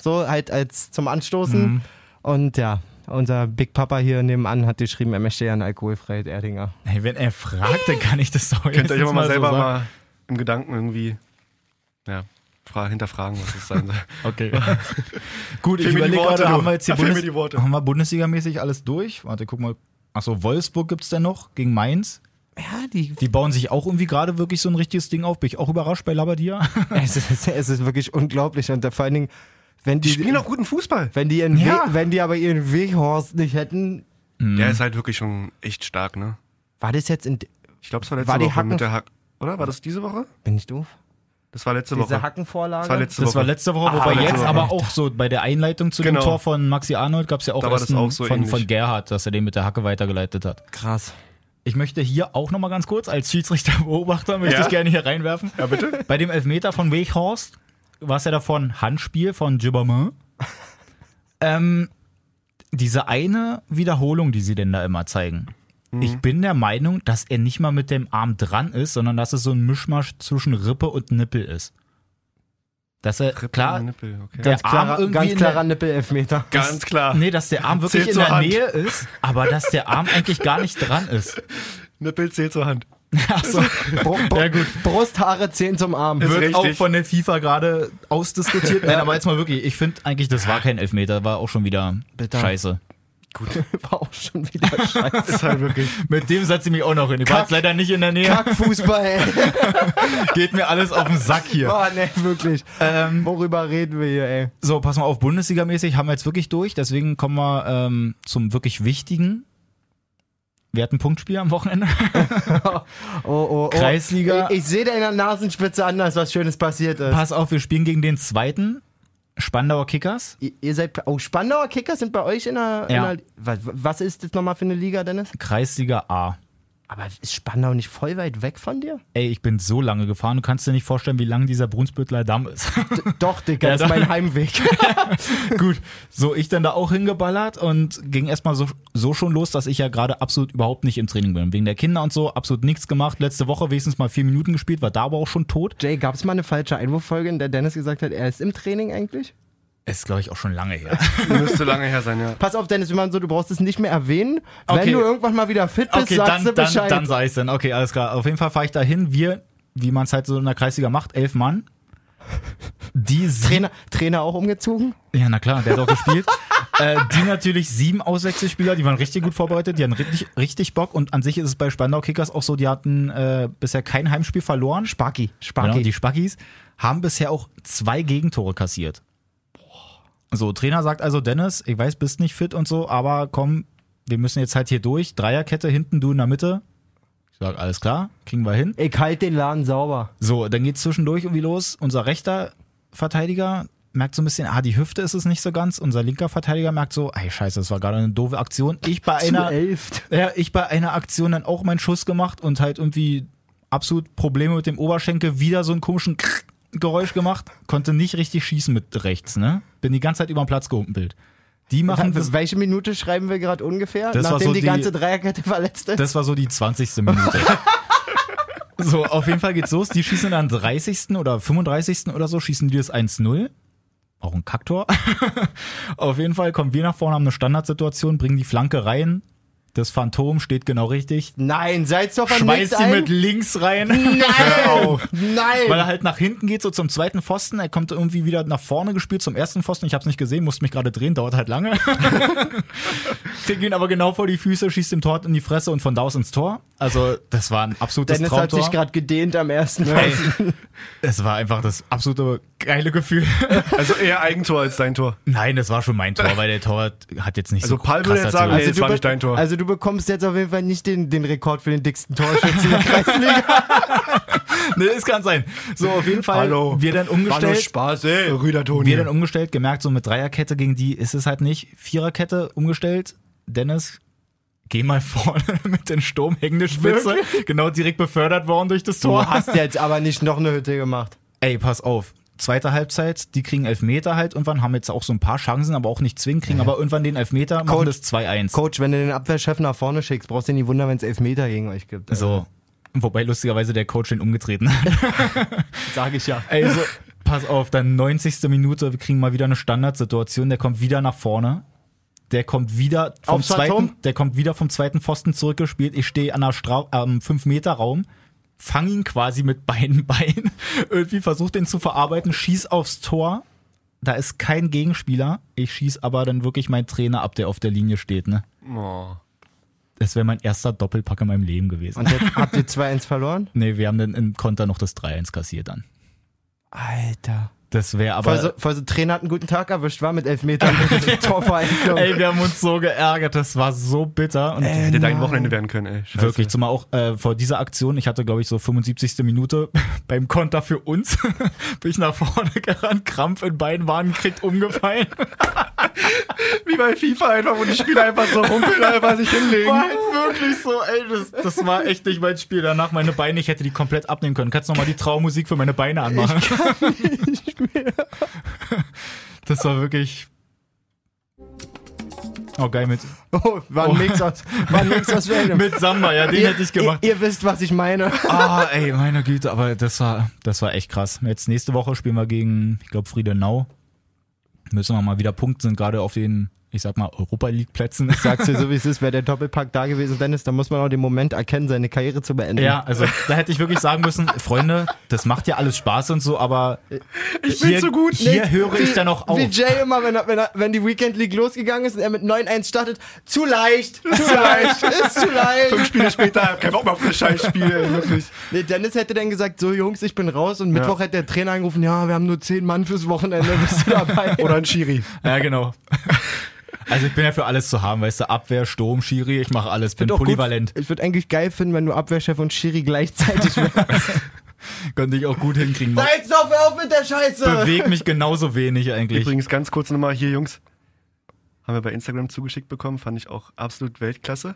[SPEAKER 2] So halt als zum Anstoßen. Und ja, unser Big Papa hier nebenan hat geschrieben, er möchte ja ein alkoholfreies Erdinger.
[SPEAKER 1] Hey, wenn er fragt, dann kann ich das doch
[SPEAKER 3] Könnt ihr euch
[SPEAKER 1] jetzt
[SPEAKER 3] aber mal
[SPEAKER 1] so
[SPEAKER 3] selber
[SPEAKER 1] sagen.
[SPEAKER 3] mal im Gedanken irgendwie ja, fra- hinterfragen, was es sein soll.
[SPEAKER 1] Okay. Gut, ich
[SPEAKER 3] Fehlen mir die
[SPEAKER 1] überlege gerade,
[SPEAKER 3] Worte, du.
[SPEAKER 1] haben wir jetzt hier
[SPEAKER 3] Da fehlen mir
[SPEAKER 1] Bundes
[SPEAKER 3] die Worte.
[SPEAKER 1] haben wir Bundesligamäßig alles durch? Warte, guck mal. Achso, Wolfsburg gibt's denn noch gegen Mainz.
[SPEAKER 2] Ja, die.
[SPEAKER 1] Die bauen sich auch irgendwie gerade wirklich so ein richtiges Ding auf. Bin ich auch überrascht bei Labadia.
[SPEAKER 2] es, ist, es ist wirklich unglaublich. Und vor allen Dingen, wenn die.
[SPEAKER 3] Die spielen auch guten Fußball.
[SPEAKER 2] wenn die, ihren
[SPEAKER 1] Ja.
[SPEAKER 2] We- wenn die aber ihren Weghorst nicht hätten,
[SPEAKER 3] Der ist halt wirklich schon echt stark, ne?
[SPEAKER 2] war das jetzt in.
[SPEAKER 3] Ich glaube, es war letzte
[SPEAKER 2] War die
[SPEAKER 3] Woche
[SPEAKER 2] Hacken-
[SPEAKER 3] mit der Hack. Oder? War das diese Woche?
[SPEAKER 2] Bin ich doof?
[SPEAKER 3] Das war letzte
[SPEAKER 2] Diese
[SPEAKER 3] Woche.
[SPEAKER 2] Hackenvorlage?
[SPEAKER 3] Das war letzte
[SPEAKER 1] Das
[SPEAKER 3] Woche.
[SPEAKER 1] war letzte Woche, wobei
[SPEAKER 3] letzte
[SPEAKER 1] jetzt
[SPEAKER 3] Woche.
[SPEAKER 1] aber auch so bei der Einleitung zu
[SPEAKER 3] Genau.
[SPEAKER 1] dem Tor von Maxi Arnold gab's ja auch,
[SPEAKER 3] Da war
[SPEAKER 1] erst
[SPEAKER 3] das
[SPEAKER 1] ein
[SPEAKER 3] auch so
[SPEAKER 1] von,
[SPEAKER 3] ähnlich.
[SPEAKER 1] von Gerhard, dass er den mit der Hacke weitergeleitet hat.
[SPEAKER 2] Krass.
[SPEAKER 1] Ich möchte hier auch nochmal ganz kurz als Schiedsrichterbeobachter möchte
[SPEAKER 3] Ja?
[SPEAKER 1] ich gerne hier reinwerfen.
[SPEAKER 3] ja, bitte?
[SPEAKER 1] Bei dem Elfmeter von Weghorst war es ja davon Handspiel von Gibbermann. ähm, diese eine Wiederholung, die sie denn da immer zeigen.
[SPEAKER 3] Mhm.
[SPEAKER 1] Ich bin der Meinung, dass er nicht mal mit dem Arm dran ist, sondern dass es so ein Mischmasch zwischen Rippe und Nippel ist. Dass er, klar,
[SPEAKER 3] Nippel, okay.
[SPEAKER 1] der Arm
[SPEAKER 2] Klarer,
[SPEAKER 1] irgendwie
[SPEAKER 2] ganz
[SPEAKER 1] in der-
[SPEAKER 2] klarer Nippel-Elfmeter.
[SPEAKER 3] Ganz klar.
[SPEAKER 1] Nee, dass der Arm wirklich
[SPEAKER 3] Zählt
[SPEAKER 1] in
[SPEAKER 3] zur
[SPEAKER 1] der
[SPEAKER 3] Hand.
[SPEAKER 1] Nähe ist, aber dass der Arm eigentlich gar nicht dran ist.
[SPEAKER 3] Nippel zählt zur Hand.
[SPEAKER 1] Achso,
[SPEAKER 2] Br Br Brusthaare zählen zum Arm.
[SPEAKER 3] Ist
[SPEAKER 1] wird auch
[SPEAKER 3] richtig.
[SPEAKER 1] von der FIFA gerade ausdiskutiert. Nein, aber jetzt mal wirklich, ich finde eigentlich, das war kein Elfmeter, war auch schon wieder
[SPEAKER 2] Bitter.
[SPEAKER 1] scheiße.
[SPEAKER 2] War auch schon wieder scheiße.
[SPEAKER 3] Ist halt wirklich.
[SPEAKER 1] Mit dem setze ich mich auch noch hin. Ich war
[SPEAKER 2] Kack.
[SPEAKER 1] jetzt leider nicht in der Nähe.
[SPEAKER 2] Kackfußball, ey.
[SPEAKER 1] Geht mir alles auf den Sack hier.
[SPEAKER 2] Boah, ne, wirklich.
[SPEAKER 1] Ähm,
[SPEAKER 2] Worüber reden wir hier, ey?
[SPEAKER 1] so, pass mal auf, Bundesligamäßig haben wir jetzt wirklich durch. Deswegen kommen wir ähm, zum wirklich Wichtigen. Wir hatten Punktspiel am Wochenende.
[SPEAKER 2] Oh, oh, oh.
[SPEAKER 1] Kreisliga.
[SPEAKER 2] Ich, ich sehe da in der Nasenspitze anders, was Schönes passiert ist.
[SPEAKER 1] Pass auf, wir spielen gegen den zweiten Spandauer Kickers.
[SPEAKER 2] Ihr, ihr seid. Oh, Spandauer Kickers sind bei euch in der.
[SPEAKER 1] Ja.
[SPEAKER 2] In der was, was ist das nochmal für eine Liga, Dennis?
[SPEAKER 1] Kreisliga A.
[SPEAKER 2] Aber ist Spandau nicht voll weit weg von dir?
[SPEAKER 1] Ey, ich bin so lange gefahren, du kannst dir nicht vorstellen, wie lang dieser Brunsbüttler Damm ist.
[SPEAKER 2] Doch, Dicker,
[SPEAKER 1] Ja,
[SPEAKER 2] das ist
[SPEAKER 1] doch.
[SPEAKER 2] mein Heimweg.
[SPEAKER 1] Gut, so ich dann da auch hingeballert und ging erstmal so, so schon los, dass ich ja gerade absolut überhaupt nicht im Training bin. Wegen der Kinder und so, absolut nichts gemacht. Letzte Woche wenigstens mal vier Minuten gespielt, war da aber auch schon tot.
[SPEAKER 2] Jay, gab es mal eine falsche Einwurffolge, in der Dennis gesagt hat, er ist im Training eigentlich?
[SPEAKER 1] Ist, glaube ich, auch schon lange her.
[SPEAKER 3] Müsste lange her sein, ja.
[SPEAKER 2] Pass auf, Dennis, wir machen so, du brauchst es nicht mehr erwähnen.
[SPEAKER 1] Okay.
[SPEAKER 2] Wenn du irgendwann mal wieder fit bist,
[SPEAKER 1] okay,
[SPEAKER 2] sagst
[SPEAKER 1] dann,
[SPEAKER 2] du
[SPEAKER 1] dann,
[SPEAKER 2] Bescheid.
[SPEAKER 1] dann sag ich's dann. Okay, alles klar. Auf jeden Fall fahre ich da hin. Wir, wie man es halt so in der Kreisliga macht, elf Mann. Die sie-
[SPEAKER 2] Trainer, Trainer auch umgezogen?
[SPEAKER 1] Ja, na klar, der hat auch gespielt. äh, die natürlich sieben Auswechselspieler, die waren richtig gut vorbereitet, die hatten richtig, richtig Bock und an sich ist es bei Spandau Kickers auch so, die hatten äh, bisher kein Heimspiel verloren.
[SPEAKER 2] Spaki, Spaki.
[SPEAKER 1] Genau, die Spackis haben bisher auch zwei Gegentore kassiert. So, Trainer sagt also, Dennis, ich weiß, bist nicht fit und so, aber komm, wir müssen jetzt halt hier durch. Dreierkette hinten, du in der Mitte. Ich sag, alles klar, kriegen wir hin.
[SPEAKER 2] ich halte den Laden sauber.
[SPEAKER 1] So, dann geht's zwischendurch irgendwie los. Unser rechter Verteidiger merkt so ein bisschen, ah, die Hüfte ist es nicht so ganz. Unser linker Verteidiger merkt so, ey, scheiße, das war gerade eine doofe Aktion. Ich bei einer,
[SPEAKER 2] Zu elft.
[SPEAKER 1] ja, ich bei einer Aktion dann auch meinen Schuss gemacht und halt irgendwie absolut Probleme mit dem Oberschenkel, wieder so einen komischen Krrrk Geräusch gemacht, konnte nicht richtig schießen mit rechts, ne? Bin die ganze Zeit über den Platz gehumpelt. Die machen bis,
[SPEAKER 2] Welche Minute schreiben wir gerade ungefähr,
[SPEAKER 1] Das war
[SPEAKER 2] nachdem
[SPEAKER 1] so
[SPEAKER 2] die,
[SPEAKER 1] die-
[SPEAKER 2] ganze Dreierkette verletzt ist?
[SPEAKER 1] das war so die 20. Minute. so, auf jeden Fall geht's los. Die schießen dann am 30. oder 35. oder so, schießen die das 1-0. Auch ein Kaktor. auf jeden Fall kommen wir nach vorne, haben eine Standardsituation, bringen die Flanke rein. Das Phantom steht genau richtig.
[SPEAKER 2] Nein, seid's doch an nichts
[SPEAKER 1] Schmeißt sie
[SPEAKER 2] ein.
[SPEAKER 1] mit links rein.
[SPEAKER 2] Nein!
[SPEAKER 1] Weil er
[SPEAKER 2] Nein!
[SPEAKER 1] halt nach hinten geht, so zum zweiten Pfosten. Er kommt irgendwie wieder nach vorne gespielt zum ersten Pfosten. Ich hab's nicht gesehen, musste mich gerade drehen, dauert halt lange. Krieg ihn aber genau vor die Füße, schießt dem Tor in die Fresse und von da aus ins Tor. Also, das war ein absolutes
[SPEAKER 2] Dennis hat
[SPEAKER 1] Traumtor.
[SPEAKER 2] sich gerade gedehnt am ersten Mal.
[SPEAKER 1] Ey, es war einfach das absolute geile Gefühl.
[SPEAKER 3] Also eher Eigentor als dein Tor.
[SPEAKER 1] Nein, das war schon mein Tor, weil der Torwart hat jetzt nicht
[SPEAKER 3] Also
[SPEAKER 1] so
[SPEAKER 3] Paul würde
[SPEAKER 1] krass
[SPEAKER 3] jetzt
[SPEAKER 1] dazu-
[SPEAKER 3] sagen, nee, das
[SPEAKER 2] du
[SPEAKER 3] war
[SPEAKER 2] be-
[SPEAKER 3] nicht dein Tor.
[SPEAKER 2] also du bekommst jetzt auf jeden Fall nicht den, den Rekord für den dicksten Torschützen der Kreisliga.
[SPEAKER 1] Nee, es kann sein. So, auf jeden Fall,
[SPEAKER 3] Hallo.
[SPEAKER 1] wir dann umgestellt.
[SPEAKER 3] Spaß, ey. Rüder Toni.
[SPEAKER 1] Wir dann umgestellt, gemerkt, so mit Dreierkette gegen die ist es halt nicht. Viererkette umgestellt. Dennis, geh mal vorne mit den Sturm hängende Spitze. Genau direkt befördert worden durch das
[SPEAKER 2] Du
[SPEAKER 1] Tor.
[SPEAKER 2] hast jetzt aber nicht noch eine Hütte gemacht.
[SPEAKER 1] Ey, pass auf. Zweite Halbzeit, die kriegen Elfmeter halt irgendwann, haben jetzt auch so ein paar Chancen, aber auch nicht zwingen, kriegen aber irgendwann den Elfmeter, machen
[SPEAKER 2] Coach.
[SPEAKER 1] das 2-1.
[SPEAKER 2] Coach, wenn du den Abwehrchef nach vorne schickst, brauchst du nicht wundern, wenn es Elfmeter gegen euch gibt.
[SPEAKER 1] So. Wobei lustigerweise der Coach den umgetreten hat.
[SPEAKER 2] sage ich ja.
[SPEAKER 1] Ey, so, pass auf, dann 90. Minute, wir kriegen mal wieder eine Standardsituation, der kommt wieder nach vorne. Der kommt wieder vom
[SPEAKER 2] Aufs Phantom?
[SPEAKER 1] zweiten, der kommt wieder vom zweiten Pfosten zurückgespielt. Ich stehe an der Stra am 5 Meter Raum, fang ihn quasi mit beiden Beinen, irgendwie versucht den zu verarbeiten, schieß aufs Tor. Da ist kein Gegenspieler. Ich schieß aber dann wirklich meinen Trainer ab, der auf der Linie steht, ne?
[SPEAKER 3] Oh.
[SPEAKER 1] Das wäre mein erster Doppelpack in meinem Leben gewesen.
[SPEAKER 2] Und jetzt habt ihr 2-1 verloren?
[SPEAKER 1] Nee, wir haben dann im Konter noch das 3-1 kassiert dann.
[SPEAKER 2] Alter.
[SPEAKER 1] Das wäre aber.
[SPEAKER 2] Voll so, voll so Trainer hat einen guten Tag erwischt, war mit Elfmetern. Torvereinzelung.
[SPEAKER 1] Ey, wir haben uns so geärgert, das war so bitter. Und
[SPEAKER 3] Hätte dein Wochenende werden können, ey. Scheiße.
[SPEAKER 1] wirklich, zumal auch äh, vor dieser Aktion, ich hatte, glaube ich, so 75. Minute beim Konter für uns, bin ich nach vorne gerannt, Krampf in beiden Waden, kriegt umgefallen.
[SPEAKER 3] Wie bei FIFA einfach, wo die Spieler einfach so rumpeln, einfach sich hinlegen.
[SPEAKER 1] War halt wirklich so, ey, das, das war echt nicht mein Spiel. Danach meine Beine, ich hätte die komplett abnehmen können. Kannst du nochmal die Traumusik für meine Beine anmachen? Ich kann nicht mehr. Das war wirklich... Oh, geil, mit,
[SPEAKER 2] Oh, war ein Mix aus, war ein Mix aus beidem.
[SPEAKER 1] mit Samba, ja, den hätte ich gemacht.
[SPEAKER 2] Ihr, ihr wisst, was ich meine.
[SPEAKER 1] Ah, ey, meine Güte, aber das war, das war echt krass. Jetzt nächste Woche spielen wir gegen, ich glaube, Friedenau. Müssen wir mal wieder punkten, sind gerade auf den, ich sag mal, Europa League Plätzen.
[SPEAKER 2] Sagst du so, wie es ist, wäre der Doppelpack da gewesen, Dennis, dann muss man auch den Moment erkennen, seine Karriere zu beenden.
[SPEAKER 1] Ja, also da hätte ich wirklich sagen müssen, Freunde, das macht ja alles Spaß und so, aber ich hier,
[SPEAKER 3] so gut.
[SPEAKER 1] hier höre ich dann auch auf.
[SPEAKER 2] Wie Jay immer, wenn, er, wenn, er, wenn die Weekend League losgegangen ist und er mit 9-1 startet, zu leicht, zu leicht, ist zu
[SPEAKER 3] Fünf
[SPEAKER 2] leicht.
[SPEAKER 3] Spiele später, kein Bock mehr auf das Scheißspiel, ey, wirklich.
[SPEAKER 2] Nee, Dennis hätte dann gesagt, so Jungs, ich bin raus und Mittwoch hätte der Trainer angerufen, ja, wir haben nur 10 Mann fürs Wochenende, bist du dabei?
[SPEAKER 3] Oder ein Schiri.
[SPEAKER 1] Ja, genau. Also ich bin ja für alles zu haben, weißt du, Abwehr, Sturm, Schiri, ich mache alles, bin
[SPEAKER 2] Doch, gut,
[SPEAKER 1] polyvalent.
[SPEAKER 2] Ich würde eigentlich geil finden, wenn du Abwehrchef und Schiri gleichzeitig wärst.
[SPEAKER 1] Könnte ich auch gut hinkriegen.
[SPEAKER 2] Seid doch auf mit der Scheiße!
[SPEAKER 1] Beweg mich genauso wenig eigentlich.
[SPEAKER 3] Übrigens ganz kurz nochmal hier, Jungs. Haben wir bei Instagram zugeschickt bekommen, fand ich auch absolut Weltklasse.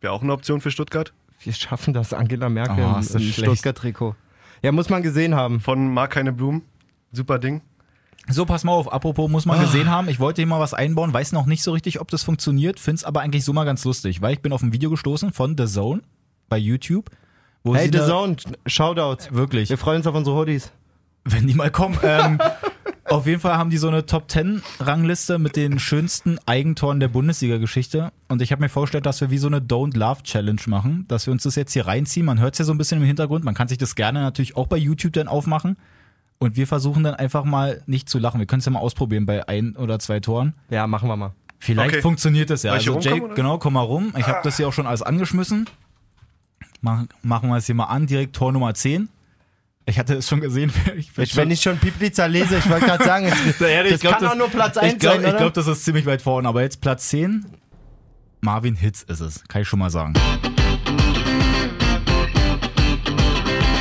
[SPEAKER 3] Wäre auch eine Option für Stuttgart.
[SPEAKER 2] Wir schaffen das, Angela Merkel
[SPEAKER 1] Oh,
[SPEAKER 2] im,
[SPEAKER 1] ist das
[SPEAKER 2] im
[SPEAKER 1] schlecht.
[SPEAKER 2] Stuttgart-Trikot. Ja, muss man gesehen haben.
[SPEAKER 3] Von Mark keine Blumen. Super Ding.
[SPEAKER 1] So, pass mal auf. Apropos, muss
[SPEAKER 2] Ah.
[SPEAKER 1] man gesehen haben, ich wollte hier mal was einbauen, weiß noch nicht so richtig, ob das funktioniert, find's aber eigentlich so mal ganz lustig, weil ich bin auf ein Video gestoßen von The Zone bei YouTube, wo
[SPEAKER 2] Hey,
[SPEAKER 1] sie
[SPEAKER 2] The
[SPEAKER 1] da-
[SPEAKER 2] Zone, Shoutouts.
[SPEAKER 1] wirklich,
[SPEAKER 2] Wir freuen uns auf unsere Hoodies.
[SPEAKER 1] wenn die mal kommen, ähm, auf jeden Fall haben die so eine Top 10 Rangliste mit den schönsten Eigentoren der Bundesliga-Geschichte und ich habe mir vorgestellt, dass wir wie so eine Don't Love Challenge machen, dass wir uns das jetzt hier reinziehen, man hört's ja so ein bisschen im Hintergrund, man kann sich das gerne natürlich auch bei YouTube dann aufmachen. Und wir versuchen dann einfach mal nicht zu lachen. Wir können's ja mal ausprobieren bei ein oder zwei Toren.
[SPEAKER 2] Ja, machen wir mal.
[SPEAKER 1] Vielleicht
[SPEAKER 3] Okay.
[SPEAKER 1] funktioniert das ja.
[SPEAKER 3] Soll ich hier
[SPEAKER 1] Also Jake,
[SPEAKER 3] rumkommen, oder? Ah.
[SPEAKER 1] genau, komm mal rum. Ich habe das hier auch schon alles angeschmissen. Mach, machen wir es hier mal an. Direkt Tor Nummer 10. Ich hatte es schon gesehen. Ich bin
[SPEAKER 2] Ich, wenn ich schon Piplitzer lese, ich wollte gerade sagen, es,
[SPEAKER 1] Ja, ehrlich,
[SPEAKER 2] das
[SPEAKER 1] ich glaub,
[SPEAKER 2] kann doch nur Platz
[SPEAKER 1] ich
[SPEAKER 2] 1
[SPEAKER 1] glaub,
[SPEAKER 2] sein, oder?
[SPEAKER 1] Ich glaube, das ist ziemlich weit vorne. Aber jetzt Platz 10. Marvin Hitz ist es. Kann ich schon mal sagen.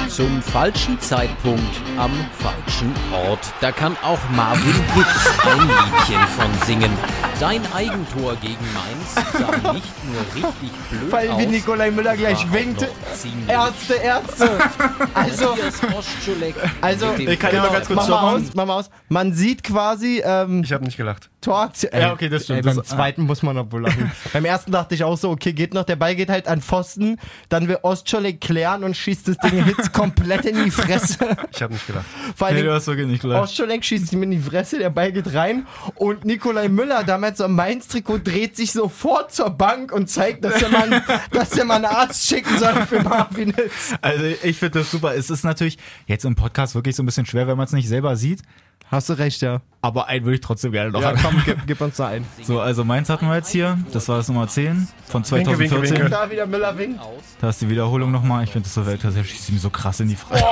[SPEAKER 6] Zum falschen Zeitpunkt am falschen Ort. Da kann auch Marvin Hitz ein Liedchen von singen. Sein Eigentor gegen Mainz sah nicht nur richtig blöd
[SPEAKER 2] Vor allem,
[SPEAKER 6] aus.
[SPEAKER 2] wie Nikolai Müller gleich
[SPEAKER 6] war auch
[SPEAKER 2] winkt.
[SPEAKER 6] noch ziemlich
[SPEAKER 2] Ärzte, Ärzte. Also,
[SPEAKER 6] Matthias Ostschulek
[SPEAKER 2] also,
[SPEAKER 6] mit dem
[SPEAKER 1] Ich kann ja mal ganz kurz
[SPEAKER 2] mach mal
[SPEAKER 1] stoppen.
[SPEAKER 2] aus, mach mal aus. Man sieht quasi ähm,
[SPEAKER 3] Ich habe nicht gelacht.
[SPEAKER 2] Toraktion.
[SPEAKER 1] Ja, okay, das stimmt.
[SPEAKER 2] Ey, beim
[SPEAKER 1] Das-
[SPEAKER 2] zweiten muss man obwohl lachen. beim ersten dachte ich auch so, okay, geht noch. Der Ball geht halt an Pfosten. Dann will Ostscholek klären und schießt das Ding Hits komplett in die Fresse.
[SPEAKER 3] Ich habe nicht gelacht.
[SPEAKER 2] Vor allen
[SPEAKER 1] Nee, du
[SPEAKER 2] Dingen,
[SPEAKER 1] hast wirklich nicht gelacht.
[SPEAKER 2] Ostscholek schießt ihm in die Fresse, der Ball geht rein. Und Nikolai Müller, da Standards am Mainz-Trikot dreht sich sofort zur Bank und zeigt, dass er mal, dass er mal einen Arzt schicken soll für Marvin Hitz.
[SPEAKER 1] Also ich finde das super. Es ist natürlich jetzt im Podcast wirklich so ein bisschen schwer, wenn man es nicht selber sieht.
[SPEAKER 2] Hast du recht, ja.
[SPEAKER 1] Aber einen würde ich trotzdem gerne noch haben.
[SPEAKER 2] komm, gib, gib uns da ein.
[SPEAKER 1] So, also Mainz hatten wir jetzt hier. Das war das Nummer 10 von
[SPEAKER 3] Winke, winke,
[SPEAKER 1] 2014.
[SPEAKER 3] winke.
[SPEAKER 2] Da wieder Müller winkt.
[SPEAKER 1] Da ist die Wiederholung nochmal. Ich finde das so Weltklasse. Er schießt ihm so krass in die Fresse.